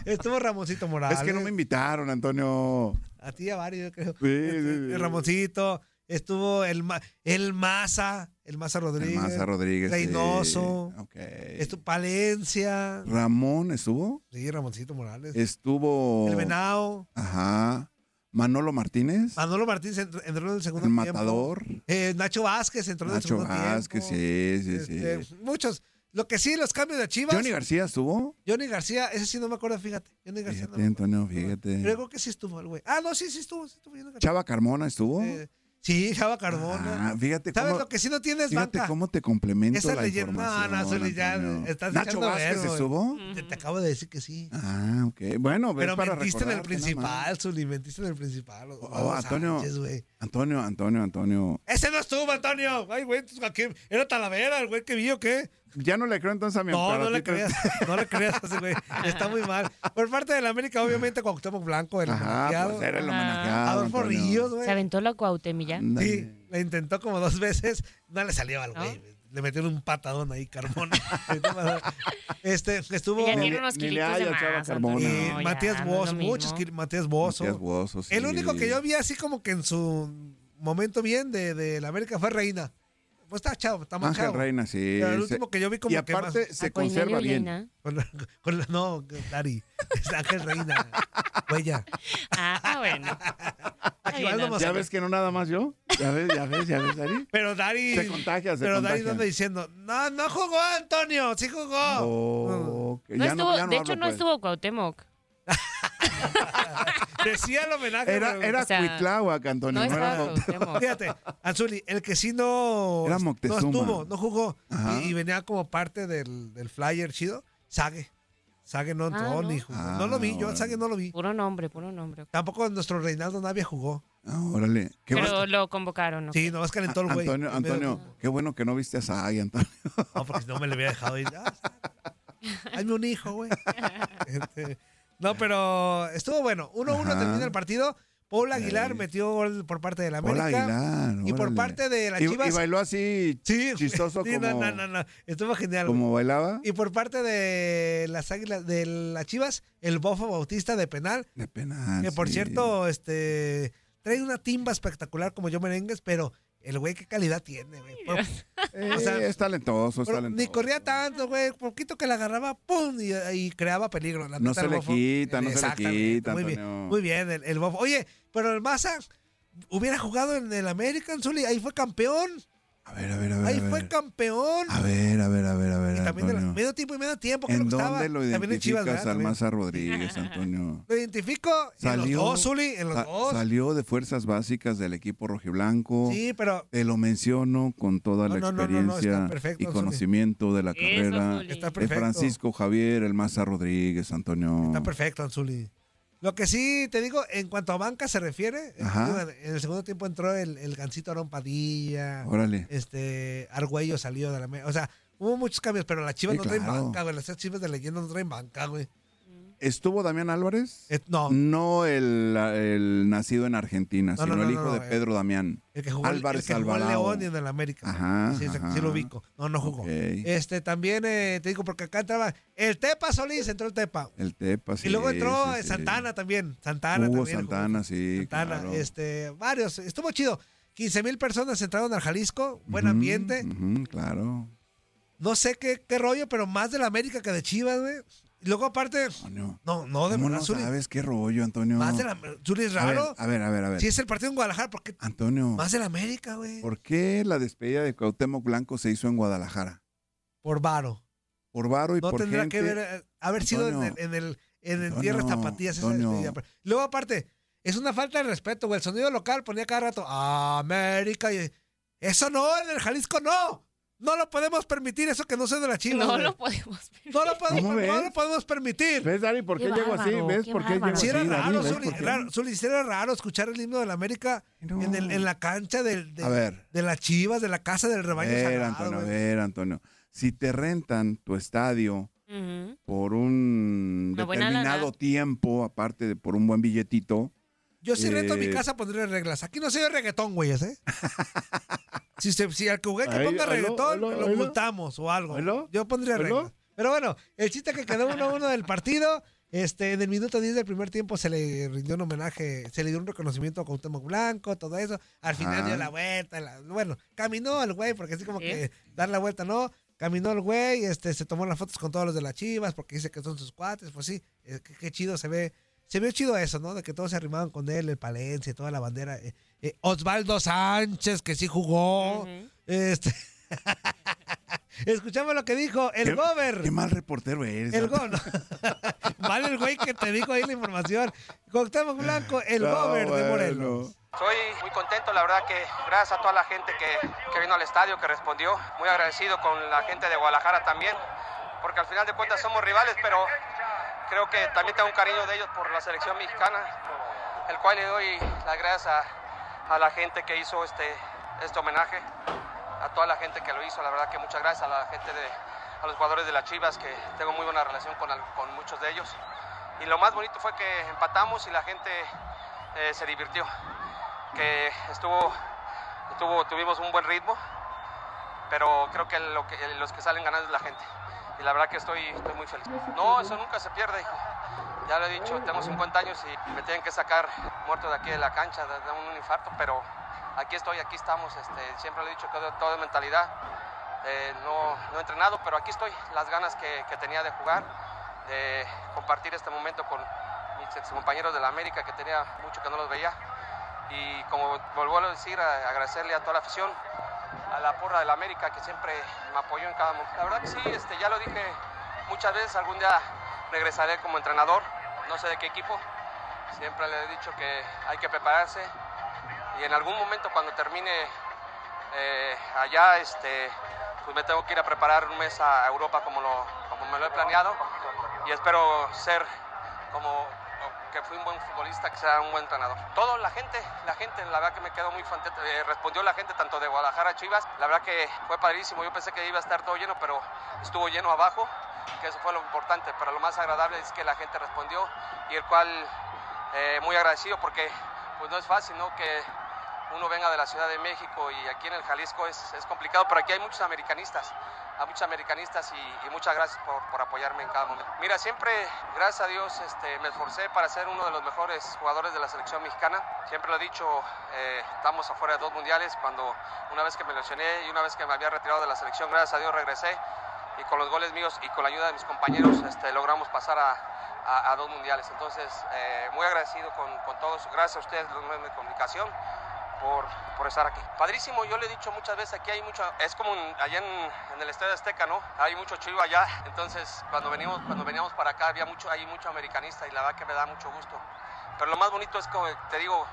Speaker 3: Estuvo Ramoncito Morales.
Speaker 4: Es que no me invitaron, Antonio.
Speaker 3: A ti y a varios, yo creo.
Speaker 4: Sí,
Speaker 3: Este,
Speaker 4: sí, sí.
Speaker 3: Ramoncito, estuvo el, Ma- el Maza, el Maza Rodríguez.
Speaker 4: Maza Rodríguez. sí.
Speaker 3: Reynoso.
Speaker 4: Ok.
Speaker 3: Estuvo Palencia.
Speaker 4: Ramón estuvo.
Speaker 3: Sí, Ramoncito Morales.
Speaker 4: Estuvo.
Speaker 3: El Venado.
Speaker 4: Ajá. Manolo Martínez.
Speaker 3: Manolo Martínez entr- entró en el segundo
Speaker 4: El
Speaker 3: tiempo.
Speaker 4: matador.
Speaker 3: Eh, Nacho Vázquez entró en el
Speaker 4: Nacho
Speaker 3: segundo
Speaker 4: Vázquez,
Speaker 3: tiempo.
Speaker 4: sí, sí, sí.
Speaker 3: Este, Muchos. Lo que sí, los cambios de Chivas.
Speaker 4: Johnny García estuvo.
Speaker 3: Johnny García, ese sí no me acuerdo, fíjate. Johnny García. no
Speaker 4: Fíjate,
Speaker 3: me acuerdo.
Speaker 4: Antonio, fíjate.
Speaker 3: Pero creo que sí estuvo el güey. Ah, no, sí, sí estuvo. Sí, estuvo Johnny García.
Speaker 4: Chava Carmona estuvo.
Speaker 3: Eh, sí, Chava Carbona.
Speaker 4: Ah, fíjate
Speaker 3: ¿Sabes
Speaker 4: cómo,
Speaker 3: lo que sí no tienes
Speaker 4: fíjate
Speaker 3: banca?
Speaker 4: cómo te complemento
Speaker 3: Esa
Speaker 4: la
Speaker 3: leyenda- no,
Speaker 4: información.
Speaker 3: no, Zuli, ya
Speaker 4: Antonio.
Speaker 3: estás
Speaker 4: Nacho
Speaker 3: echando
Speaker 4: Vázquez
Speaker 3: verbo.
Speaker 4: estuvo.
Speaker 3: Te, te acabo de decir que sí.
Speaker 4: Ah, ok. Bueno, ves
Speaker 3: Pero
Speaker 4: para
Speaker 3: mentiste en el
Speaker 4: recordarte, nada más.
Speaker 3: principal, Zuli, mentiste en el principal. Oh,
Speaker 4: Antonio.
Speaker 3: güey.
Speaker 4: Antonio, Antonio, Antonio.
Speaker 3: Ese no estuvo, Antonio. Ay, güey, entonces, ¿a qué? era Talavera, el güey que vio, ¿qué?
Speaker 4: Ya no le creo entonces a mi
Speaker 3: No,
Speaker 4: Amparo,
Speaker 3: no
Speaker 4: a
Speaker 3: le
Speaker 4: ti te-
Speaker 3: creas, no le creas a ese güey. Está muy mal. Por parte del América, obviamente, Cuauhtémoc Blanco, el
Speaker 4: Ajá,
Speaker 3: homenajeado.
Speaker 4: pues era el
Speaker 5: Ajá.
Speaker 4: homenajeado.
Speaker 3: Adolfo
Speaker 4: Antonio.
Speaker 3: Ríos, güey.
Speaker 5: Ah. Se aventó la Cuauhtémilla.
Speaker 4: Ándale.
Speaker 3: Sí, la intentó como dos veces, no le salió al
Speaker 5: ¿No?
Speaker 3: güey. Le metieron un patadón ahí, Carmona. este, estuvo
Speaker 5: Ya
Speaker 4: Ni-
Speaker 5: tiene
Speaker 3: eh,
Speaker 5: unos
Speaker 4: ni le
Speaker 5: kilitos de
Speaker 4: haya echado a
Speaker 5: más.
Speaker 4: Carmona.
Speaker 5: Antonio, no, ya,
Speaker 3: Matías
Speaker 5: no es lo
Speaker 3: Bozo,
Speaker 5: mismo.
Speaker 3: muchos kil- Matías Bozo.
Speaker 4: Matías Bozo, sí.
Speaker 3: El único que yo vi así como que en su momento bien de, de la América fue Reina. Pues está chavo, está más
Speaker 4: Ángel
Speaker 3: chavo.
Speaker 4: Reina, sí.
Speaker 3: Pero el
Speaker 4: se-
Speaker 3: último que yo vi como
Speaker 4: y
Speaker 3: que más-
Speaker 4: aparte se
Speaker 5: A Coinanio
Speaker 4: conserva
Speaker 5: y
Speaker 4: bien.
Speaker 5: Leina.
Speaker 3: Con la- con la- no, Dari. Es Ángel Reina. Huella.
Speaker 5: Ah, bueno.
Speaker 3: Aquivaldo
Speaker 5: bien,
Speaker 3: Mazatlán.
Speaker 4: ¿Ya ves que no nada más yo? ¿Ya ves, ya ves, ya ves, Ari?
Speaker 3: Pero Dari.
Speaker 4: Se contagia, se
Speaker 3: Pero Dari
Speaker 4: contagia.
Speaker 3: no anda diciendo, no, no jugó Antonio, sí jugó.
Speaker 4: Oh, ok.
Speaker 5: No
Speaker 4: Ya
Speaker 5: estuvo,
Speaker 4: ya
Speaker 5: de hecho,
Speaker 4: hablo,
Speaker 5: no
Speaker 4: pues.
Speaker 5: estuvo Cuauhtémoc.
Speaker 3: Decía el homenaje.
Speaker 4: Era,
Speaker 3: pero-
Speaker 4: era
Speaker 5: O sea,
Speaker 4: Cuitláhuac, Antonio.
Speaker 5: No
Speaker 4: no era
Speaker 5: estaba
Speaker 4: Mo-
Speaker 5: Cuauhtémoc.
Speaker 3: Fíjate, Anzuli, el que sí no,
Speaker 4: Era
Speaker 3: no
Speaker 4: Moctezuma.
Speaker 3: estuvo, no jugó
Speaker 4: Ajá.
Speaker 3: y, y venía como parte del, del flyer chido, Sague. Sague no entró
Speaker 5: Ah, no.
Speaker 3: ni jugó.
Speaker 4: Ah,
Speaker 3: no lo vi, yo
Speaker 4: órale.
Speaker 3: a Sague no lo vi.
Speaker 5: Puro nombre, puro nombre.
Speaker 3: Tampoco nuestro Reinaldo Navia jugó.
Speaker 4: Ah, órale. Qué bueno-
Speaker 5: Pero lo convocaron, ¿no?
Speaker 3: Sí, nomás calentó el güey.
Speaker 4: Antonio,
Speaker 3: En medio-
Speaker 4: Antonio, qué bueno que no viste a Zay, Antonio.
Speaker 3: No, porque si no me le hubiera dejado ir. Ah, hazme un hijo, güey. Este, no, pero estuvo bueno. 1-1
Speaker 4: Ajá.
Speaker 3: termina el partido. Paul Aguilar
Speaker 4: Ey.
Speaker 3: metió gol por parte de la
Speaker 4: Hola,
Speaker 3: América.
Speaker 4: Aguilar.
Speaker 3: y por
Speaker 4: órale.
Speaker 3: parte de la
Speaker 4: Y-
Speaker 3: Chivas.
Speaker 4: Y, bailó así,
Speaker 3: Sí,
Speaker 4: chistoso
Speaker 3: sí,
Speaker 4: como,
Speaker 3: no, no, no, no. Estuvo genial. güey.
Speaker 4: como bailaba.
Speaker 3: Y por parte de las águilas, de las Chivas, el Bofo Bautista de penal.
Speaker 4: De penal.
Speaker 3: que por
Speaker 4: sí.
Speaker 3: cierto, este trae una timba espectacular como yo merengues, pero el güey qué calidad tiene, güey. Por-
Speaker 4: Eh,
Speaker 3: o sea,
Speaker 4: es talentoso, es
Speaker 3: por-
Speaker 4: talentoso.
Speaker 3: ni corría tanto, güey. Poquito que la agarraba, ¡pum! Y, y creaba peligro. La
Speaker 4: No
Speaker 3: neta,
Speaker 4: se
Speaker 3: el
Speaker 4: le
Speaker 3: Bofo.
Speaker 4: quita, no se le
Speaker 3: Exactamente,
Speaker 4: quita,
Speaker 3: Muy bien,
Speaker 4: Antonio.
Speaker 3: muy bien el, el Bofo. Oye, pero el Maza hubiera jugado en el American, Zully. Ahí fue campeón.
Speaker 4: A ver, a ver, a ver.
Speaker 3: Ahí
Speaker 4: a ver.
Speaker 3: fue campeón.
Speaker 4: A ver, a ver, a ver, a ver.
Speaker 3: Y también de la-
Speaker 4: Antonio.
Speaker 3: medio tiempo y medio tiempo. Que
Speaker 4: ¿En
Speaker 3: lo que
Speaker 4: dónde
Speaker 3: estaba.
Speaker 4: lo
Speaker 3: También en
Speaker 4: identificas
Speaker 3: Chivas, ¿verdad?
Speaker 4: al
Speaker 3: También.
Speaker 4: Maza Rodríguez, Antonio?
Speaker 3: Lo identifico en
Speaker 4: Salió-
Speaker 3: los dos, Zuli, en los
Speaker 4: Sa-
Speaker 3: dos.
Speaker 4: Salió de fuerzas básicas del equipo rojiblanco.
Speaker 3: Sí, pero
Speaker 4: Te lo menciono con toda
Speaker 3: No,
Speaker 4: la
Speaker 3: no, no, no, no, está
Speaker 4: experiencia
Speaker 3: perfecto,
Speaker 4: y
Speaker 3: Zuli.
Speaker 4: conocimiento de la carrera
Speaker 5: Zuli.
Speaker 3: está
Speaker 5: Está
Speaker 4: de
Speaker 3: perfecto.
Speaker 4: Francisco Javier, el Maza Rodríguez, Antonio.
Speaker 3: Está perfecto, Anzuli. Lo que sí te digo, en cuanto a banca se refiere, eh,
Speaker 4: Ajá.
Speaker 3: digo, en el segundo tiempo entró el, el gancito Aarón Padilla,
Speaker 4: Órale.
Speaker 3: este, Argüello salió de la... me- O sea, hubo muchos cambios, pero las chivas
Speaker 4: Sí,
Speaker 3: no traen
Speaker 4: claro.
Speaker 3: banca, güey. Las chivas de leyenda no traen banca, güey.
Speaker 4: ¿Estuvo Damián Álvarez?
Speaker 3: Eh, no,
Speaker 4: No el, el nacido en Argentina,
Speaker 3: No, no,
Speaker 4: sino
Speaker 3: no,
Speaker 4: el
Speaker 3: no,
Speaker 4: hijo
Speaker 3: no,
Speaker 4: de
Speaker 3: eh.
Speaker 4: Pedro Damián.
Speaker 3: el que jugó, el-
Speaker 4: Álvarez
Speaker 3: el que jugó en
Speaker 4: Alvarado.
Speaker 3: León y en el América.
Speaker 4: Ajá,
Speaker 3: Sí, sí,
Speaker 4: ajá.
Speaker 3: sí lo ubico. No, no jugó.
Speaker 4: Ok.
Speaker 3: Este, también eh, te digo, porque acá entraba el Tepa Solís, entró el Tepa.
Speaker 4: El Tepa, sí,
Speaker 3: y luego entró
Speaker 4: sí,
Speaker 3: eh,
Speaker 4: sí.
Speaker 3: Santana también. Santana
Speaker 4: Hugo
Speaker 3: también. jugó.
Speaker 4: Santana, sí,
Speaker 3: Santana,
Speaker 4: claro.
Speaker 3: este, varios. Estuvo chido. 15 mil personas entraron al Jalisco. Buen
Speaker 4: Ujú,
Speaker 3: ambiente.
Speaker 4: ujú, claro.
Speaker 3: No sé qué, qué rollo, pero más de la América que de Chivas, güey. Y luego, aparte,
Speaker 4: Antonio,
Speaker 3: no, no, de
Speaker 4: ¿Cómo
Speaker 3: verdad,
Speaker 4: no
Speaker 3: Zuli,
Speaker 4: sabes qué rollo, Antonio?
Speaker 3: Más de la Zuli es
Speaker 4: A ver, Ah,
Speaker 3: raro.
Speaker 4: A ver, a ver, a ver.
Speaker 3: Si es el partido en Guadalajara, ¿por qué?
Speaker 4: Antonio,
Speaker 3: Más de la América, güey. Por,
Speaker 4: ¿por qué la despedida de Cuauhtémoc Blanco se hizo en Guadalajara?
Speaker 3: varo.
Speaker 4: Por varo y
Speaker 3: No
Speaker 4: por
Speaker 3: tendría
Speaker 4: gente.
Speaker 3: que ver eh, haber sido en el,
Speaker 4: Antonio,
Speaker 3: en el, en el
Speaker 4: Antonio,
Speaker 3: Tierras Tapatías esa
Speaker 4: Antonio.
Speaker 3: despedida. Pero- Luego, aparte, es una falta de respeto, güey. El sonido local ponía cada rato América. y- eso no, en el Jalisco no. No lo podemos permitir, eso que no sea de la Chivas.
Speaker 5: No
Speaker 3: güey.
Speaker 5: lo podemos ver.
Speaker 3: No lo podemos,
Speaker 4: ¿Cómo ves?
Speaker 3: no lo podemos permitir.
Speaker 4: ¿Ves, Dari, por qué,
Speaker 5: Qué
Speaker 4: llego así?
Speaker 5: bárbaro,
Speaker 4: ¿Ves
Speaker 5: qué
Speaker 4: por qué llego
Speaker 5: bárbaro.
Speaker 3: Si
Speaker 4: así,
Speaker 3: era
Speaker 4: Dari?
Speaker 3: raro,
Speaker 4: ¿Ves
Speaker 3: Zuli,
Speaker 4: por qué?
Speaker 3: raro, Zuli, sí era raro escuchar el himno de la América
Speaker 4: No.
Speaker 3: en, el- en la cancha del- de,
Speaker 4: A ver.
Speaker 3: de las chivas, de la casa del
Speaker 4: A
Speaker 3: rebaño
Speaker 4: ver,
Speaker 3: sagrado,
Speaker 4: Antonio, a
Speaker 3: güey.
Speaker 4: ver, Antonio. Si te rentan tu estadio
Speaker 5: Ujú.
Speaker 4: por un
Speaker 5: Una buena
Speaker 4: determinado
Speaker 5: lana.
Speaker 4: tiempo, aparte de por un buen billetito,
Speaker 3: Yo sí reto a mi
Speaker 4: Eh.
Speaker 3: casa a ponerle reglas. Aquí no se oye reggaetón, güeyes, ¿eh? si, se, si al que jugué que
Speaker 4: Ahí,
Speaker 3: ponga
Speaker 4: oílo,
Speaker 3: reggaetón,
Speaker 4: oílo,
Speaker 3: lo
Speaker 4: oílo.
Speaker 3: multamos o algo.
Speaker 4: Oílo,
Speaker 3: Yo pondría
Speaker 4: oílo.
Speaker 3: reglas. Pero bueno, el chiste que quedó 1-1 del partido. Este, en el minuto 10 del primer tiempo se le rindió un homenaje, se le dio un reconocimiento a Cuauhtémoc Blanco, todo eso. Al final
Speaker 4: Ah.
Speaker 3: dio la vuelta. la- bueno, caminó el güey, porque así como
Speaker 5: ¿Eh?
Speaker 3: que dar la vuelta, ¿no? Caminó el güey, este, se tomó las fotos con todos los de las chivas, porque dice que son sus cuates, pues sí, eh, qué, qué chido se ve. Se vio chido eso, ¿no? De que todos se arrimaban con él, el Palencia, toda la bandera. eh, eh, Osvaldo Sánchez, que sí jugó.
Speaker 5: Ujú.
Speaker 3: Este. Escuchamos lo que dijo
Speaker 4: Qué-
Speaker 3: el Gober.
Speaker 4: Qué mal reportero eres.
Speaker 3: El
Speaker 4: Arturo.
Speaker 3: Gober. vale el güey que te dijo ahí la información. Octavo Blanco, el
Speaker 4: No,
Speaker 3: Gober de
Speaker 4: Ah, bueno.
Speaker 3: Morelos.
Speaker 8: Soy muy contento, la verdad que gracias a toda la gente que, que vino al estadio, que respondió, muy agradecido con la gente de Guadalajara también, porque al final de cuentas somos rivales, pero creo que también tengo un cariño de ellos por la selección mexicana, el cual le doy las gracias a, a la gente que hizo este, este homenaje, a toda la gente que lo hizo, la verdad que muchas gracias a la gente de, a los jugadores de las Chivas, que tengo muy buena relación con, al- con muchos de ellos. Y lo más bonito fue que empatamos y la gente eh, se divirtió que estuvo, estuvo, tuvimos un buen ritmo, pero creo que, lo que los que salen ganando es la gente. Y la verdad que estoy, estoy muy feliz. No, eso nunca se pierde, hijo. Ya lo he dicho, tengo 50 años y me tienen que sacar muerto de aquí de la cancha, de, de un infarto, pero aquí estoy, aquí estamos. Este, siempre lo he dicho, que todo- todo es mentalidad. Eh, no, no he entrenado, pero aquí estoy. Las ganas que, que tenía de jugar, de compartir este momento con mis ex compañeros de la América, que tenía mucho que no los veía y como vuelvo a decir, a- agradecerle a toda la afición, a la porra del América que siempre me apoyó en cada momento. La verdad que sí, este, ya lo dije muchas veces, algún día regresaré como entrenador, no sé de qué equipo, siempre le he dicho que hay que prepararse y en algún momento cuando termine eh, allá, este, pues me tengo que ir a preparar un mes a Europa como, lo, como me lo he planeado y espero ser como que fui un buen futbolista, que sea un buen entrenador. Toda la gente, la gente, la verdad que me quedo muy contento. Eh, respondió la gente tanto de Guadalajara, Chivas. La verdad que fue padrísimo. Yo pensé que iba a estar todo lleno, pero estuvo lleno abajo, que eso fue lo importante. Pero lo más agradable es que la gente respondió y el cual eh, muy agradecido porque pues no es fácil, ¿no? Que uno venga de la Ciudad de México y aquí en el Jalisco es, es complicado, pero aquí hay muchos americanistas, hay muchos americanistas y, y muchas gracias por, por apoyarme en cada momento. Mira, siempre, gracias a Dios, este, me esforcé para ser uno de los mejores jugadores de la selección mexicana. Siempre lo he dicho, eh, estamos afuera de dos mundiales, cuando una vez que me lesioné y una vez que me había retirado de la selección, gracias a Dios regresé y con los goles míos y con la ayuda de mis compañeros este, logramos pasar a, a- a dos mundiales. Entonces, eh, muy agradecido con, con todos, gracias a ustedes, los medios de comunicación, por, por estar aquí. Padrísimo, yo le he dicho muchas veces, aquí hay mucho, es como en- allá en, en el Estadio Azteca, ¿no? Hay mucho chivo allá, entonces cuando venimos, cuando veníamos para acá había mucho, hay mucho americanista y la verdad que me da mucho gusto. Pero lo más bonito es como te digo,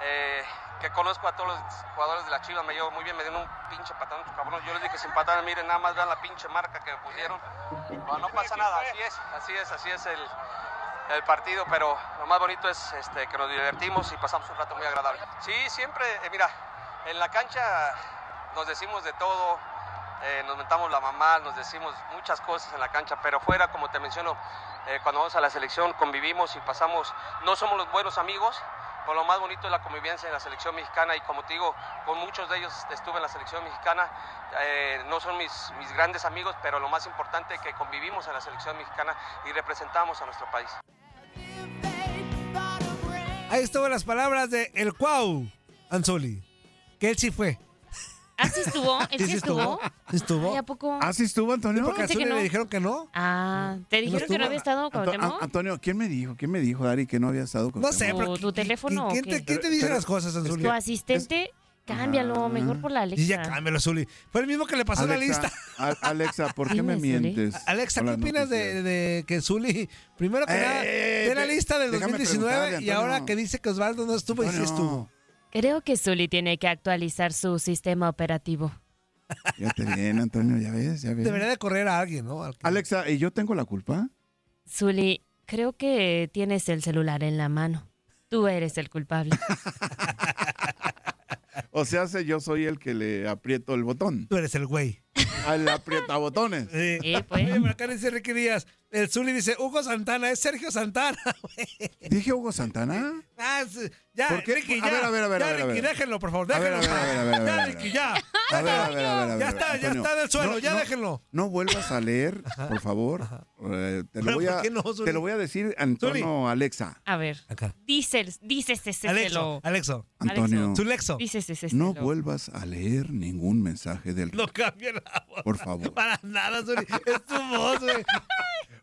Speaker 8: eh, que conozco a todos los jugadores de la Chivas, me llevo muy bien, me dieron un pinche patán, cabrón. Yo les dije sin patán, miren, nada más vean la pinche marca que me pusieron. No, no pasa nada, así es, así es, así es el, el partido, pero lo más bonito es este, que nos divertimos y pasamos un rato muy agradable. Sí, siempre, eh, mira, en la cancha nos decimos de todo, eh, nos mentamos la mamá, nos decimos muchas cosas en la cancha, pero fuera, como te menciono, eh, cuando vamos a la selección convivimos y pasamos, no somos los buenos amigos, pero lo más bonito es la convivencia en la selección mexicana y como te digo, con muchos de ellos estuve en la selección mexicana, eh, no son mis, mis grandes amigos, pero lo más importante es que convivimos en la selección mexicana y representamos a nuestro país.
Speaker 3: Ahí estuvo las palabras de El Cuau Anzuli. Que él sí fue.
Speaker 5: ¿Así estuvo? ¿Él Ah, sí,
Speaker 3: sí
Speaker 5: estuvo? Ah.
Speaker 3: Sí estuvo.
Speaker 5: Ay, ¿a poco?
Speaker 4: ¿Así Ah, estuvo, Antonio?
Speaker 3: Porque a
Speaker 5: Dice que
Speaker 3: Anzuli
Speaker 5: no.
Speaker 3: le dijeron que no.
Speaker 5: Ah, ¿te dijeron que
Speaker 4: estuvo?
Speaker 5: no ah, había estado
Speaker 4: Anto- An-
Speaker 5: Cuauhtémoc?
Speaker 4: Ah, Antonio, ¿quién me dijo? ¿Quién me dijo, Dari, que no había estado con
Speaker 3: No sé,
Speaker 5: ¿Tu-
Speaker 3: pero.
Speaker 5: tu
Speaker 3: ¿qui- qui-
Speaker 5: teléfono o
Speaker 3: ¿Quién,
Speaker 5: qué? Pues
Speaker 3: te, quién te dice
Speaker 4: Pero-
Speaker 3: las cosas, Anzuli?
Speaker 5: Tu asistente,
Speaker 4: Ah.
Speaker 5: cámbialo, mejor por la Alexa.
Speaker 3: Y ya cámbialo, Anzuli. Fue el mismo que le pasó la lista.
Speaker 4: Alexa, ¿por qué
Speaker 5: Dime,
Speaker 4: me
Speaker 5: Zuli.
Speaker 4: mientes?
Speaker 3: Alexa,
Speaker 4: con
Speaker 3: ¿qué
Speaker 4: las
Speaker 3: opinas de,
Speaker 4: noticias?
Speaker 3: de que Zuli, primero que
Speaker 4: Eh,
Speaker 3: nada,
Speaker 4: eh,
Speaker 3: de la
Speaker 4: eh,
Speaker 3: lista del
Speaker 4: déjame
Speaker 3: 2019 y
Speaker 4: preguntarle,
Speaker 3: ahora
Speaker 4: Antonio.
Speaker 3: que dice que Osvaldo no estuvo y sí
Speaker 4: Antonio,
Speaker 3: estuvo?
Speaker 5: Creo que Zully tiene que actualizar su sistema operativo.
Speaker 4: Fíjate bien, Antonio, ya ves, ya ves.
Speaker 3: Debería de correr a alguien, ¿no? Al que-
Speaker 4: Alexa, ¿y yo tengo la culpa?
Speaker 5: Zully, creo que tienes el celular en la mano. Tú eres el culpable.
Speaker 4: O sea, se- yo soy el que le aprieto el botón.
Speaker 3: Tú eres el güey.
Speaker 4: Al aprieta botones.
Speaker 3: Eh,
Speaker 5: Eh, pues.
Speaker 3: Oye, por acá dice Ricky Díaz, El Zuli dice, Hugo Santana, es Sergio Santana. güey.
Speaker 4: ¿Dije Hugo Santana?
Speaker 3: Ah, es- ya,
Speaker 4: ¿Por qué?
Speaker 3: Ricky,
Speaker 4: A
Speaker 3: ya.
Speaker 4: ver, a ver, a ver,
Speaker 3: ya,
Speaker 4: a ver, a
Speaker 3: Ricky,
Speaker 4: ver.
Speaker 3: déjenlo, por favor,
Speaker 4: A ver,
Speaker 3: déjenlo.
Speaker 4: a ver, a ver, a ver, a ver,
Speaker 3: ya,
Speaker 4: a ver.
Speaker 3: Ricky, ya.
Speaker 4: A ver, a ver, a ver, a ver,
Speaker 3: Ya
Speaker 4: a ver,
Speaker 3: está, ya
Speaker 4: Antonio,
Speaker 3: está del suelo, ya déjenlo.
Speaker 4: No vuelvas a leer, por favor. Eh, te, lo
Speaker 3: ¿Por
Speaker 4: voy a,
Speaker 3: qué no, Zuli?
Speaker 4: te lo voy a decir, Antonio Alexa.
Speaker 5: A ver.
Speaker 3: Acá.
Speaker 5: Dices, dices ese
Speaker 3: Alexo, Alexo.
Speaker 4: Antonio,
Speaker 3: Su Lexo.
Speaker 5: Dices ese
Speaker 4: no vuelvas a leer ningún mensaje del
Speaker 3: No cambia la voz.
Speaker 4: Por favor.
Speaker 3: Para nada, Zuli. Es tu voz, güey.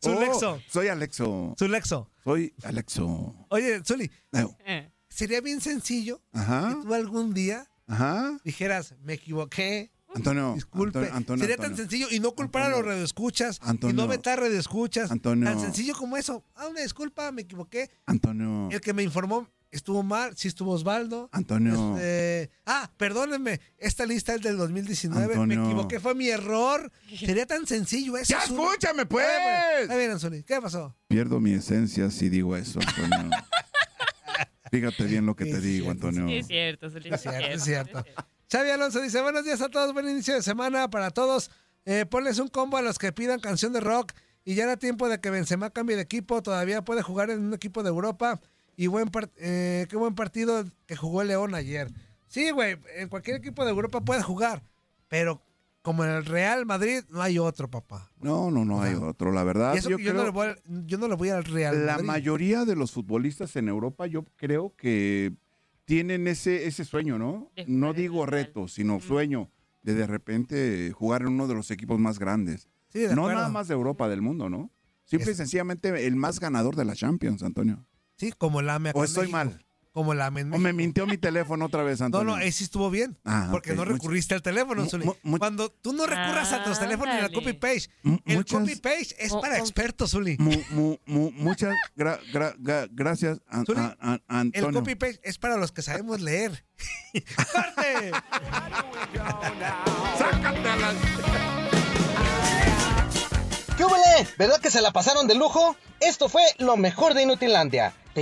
Speaker 3: Su
Speaker 4: Oh,
Speaker 3: Lexo.
Speaker 4: Soy Alexo.
Speaker 3: Su Lexo.
Speaker 4: Soy Alexo.
Speaker 3: Oye, Zuli,
Speaker 4: No.
Speaker 5: Eh.
Speaker 3: sería bien sencillo
Speaker 4: Ajá.
Speaker 3: que tú algún día
Speaker 4: Ajá.
Speaker 3: dijeras, me equivoqué,
Speaker 4: Antonio.
Speaker 3: disculpe.
Speaker 4: Antonio, Antonio,
Speaker 3: sería
Speaker 4: Antonio.
Speaker 3: tan sencillo y no culpar a los
Speaker 4: Antonio.
Speaker 3: radioescuchas y no
Speaker 4: Antonio.
Speaker 3: vetar radioescuchas.
Speaker 4: Antonio.
Speaker 3: Tan sencillo como eso. Ah, una disculpa, me equivoqué.
Speaker 4: Antonio.
Speaker 3: El que me informó estuvo mal, sí estuvo Osvaldo.
Speaker 4: Antonio.
Speaker 3: Este, ah, perdónenme, esta lista es del 2019. Me
Speaker 4: Antonio.
Speaker 3: equivoqué, fue mi error. Sería tan sencillo eso.
Speaker 4: ¡Ya
Speaker 3: Zuli.
Speaker 4: escúchame,
Speaker 3: A ver, bueno,
Speaker 4: pues!
Speaker 3: Está bien, Anzuli, ¿qué pasó?
Speaker 4: Pierdo mi esencia si digo eso, Antonio. Fíjate bien lo que
Speaker 3: Sí,
Speaker 4: te
Speaker 3: sí,
Speaker 4: digo,
Speaker 3: sí,
Speaker 4: Antonio.
Speaker 5: Sí, es cierto, Zuli,
Speaker 3: Es cierto, es cierto. Xavi Alonso dice, buenos días a todos, buen inicio de semana para todos. Eh, ponles un combo a los que pidan canción de rock y ya era tiempo de que Benzema cambie de equipo, todavía puede jugar en un equipo de Europa y buen par- eh, qué buen partido que jugó el León ayer. Sí, güey, en cualquier equipo de Europa puede jugar, pero como en el Real Madrid no hay otro, papá.
Speaker 4: No, no, no hay otro. La verdad,
Speaker 3: Y eso
Speaker 4: Ah, yo
Speaker 3: que yo, no
Speaker 4: creo-
Speaker 3: le voy, al- yo no le voy al Real
Speaker 4: la
Speaker 3: Madrid.
Speaker 4: mayoría de los futbolistas en Europa, yo creo que tienen ese, ese sueño, ¿no?
Speaker 5: De jugar
Speaker 4: No
Speaker 5: en
Speaker 4: digo
Speaker 5: el
Speaker 4: reto, sino sueño de de repente jugar en uno de los equipos más grandes.
Speaker 3: Sí, de
Speaker 4: No
Speaker 3: acuerdo.
Speaker 4: nada más de Europa, del mundo, ¿no? Simple y
Speaker 3: Es-
Speaker 4: sencillamente el más ganador de la Champions, Antonio.
Speaker 3: Sí, como la AME acá
Speaker 4: ¿O
Speaker 3: en
Speaker 4: estoy
Speaker 3: México.
Speaker 4: mal?
Speaker 3: Como la AME en
Speaker 4: O me
Speaker 3: México.
Speaker 4: mintió mi teléfono otra vez,
Speaker 3: No,
Speaker 4: Antonio.
Speaker 3: no, ahí sí estuvo bien.
Speaker 4: Ah,
Speaker 3: porque
Speaker 4: ok.
Speaker 3: no
Speaker 4: Mucho-
Speaker 3: recurrente al teléfono,
Speaker 4: Mu-
Speaker 3: Zuli.
Speaker 4: mu- mu-
Speaker 3: Cuando tú no recurras a los
Speaker 5: Ah,
Speaker 3: teléfonos ni al
Speaker 5: dale.
Speaker 3: copy page.
Speaker 4: M-
Speaker 3: El
Speaker 4: muchas-
Speaker 3: copy page es
Speaker 5: Oh,
Speaker 3: para
Speaker 5: oh.
Speaker 3: expertos, Zuli.
Speaker 4: Mu- mu- mu- muchas gra- gra- gra- gracias, An-
Speaker 3: Zuli,
Speaker 4: a- a- ah,
Speaker 3: El
Speaker 4: Antonio.
Speaker 3: copy page es para los que sabemos leer. ¡Corte!
Speaker 9: ¿Qué huele? ¿Verdad que se la pasaron de lujo? Esto fue lo mejor de Inutilandia. Te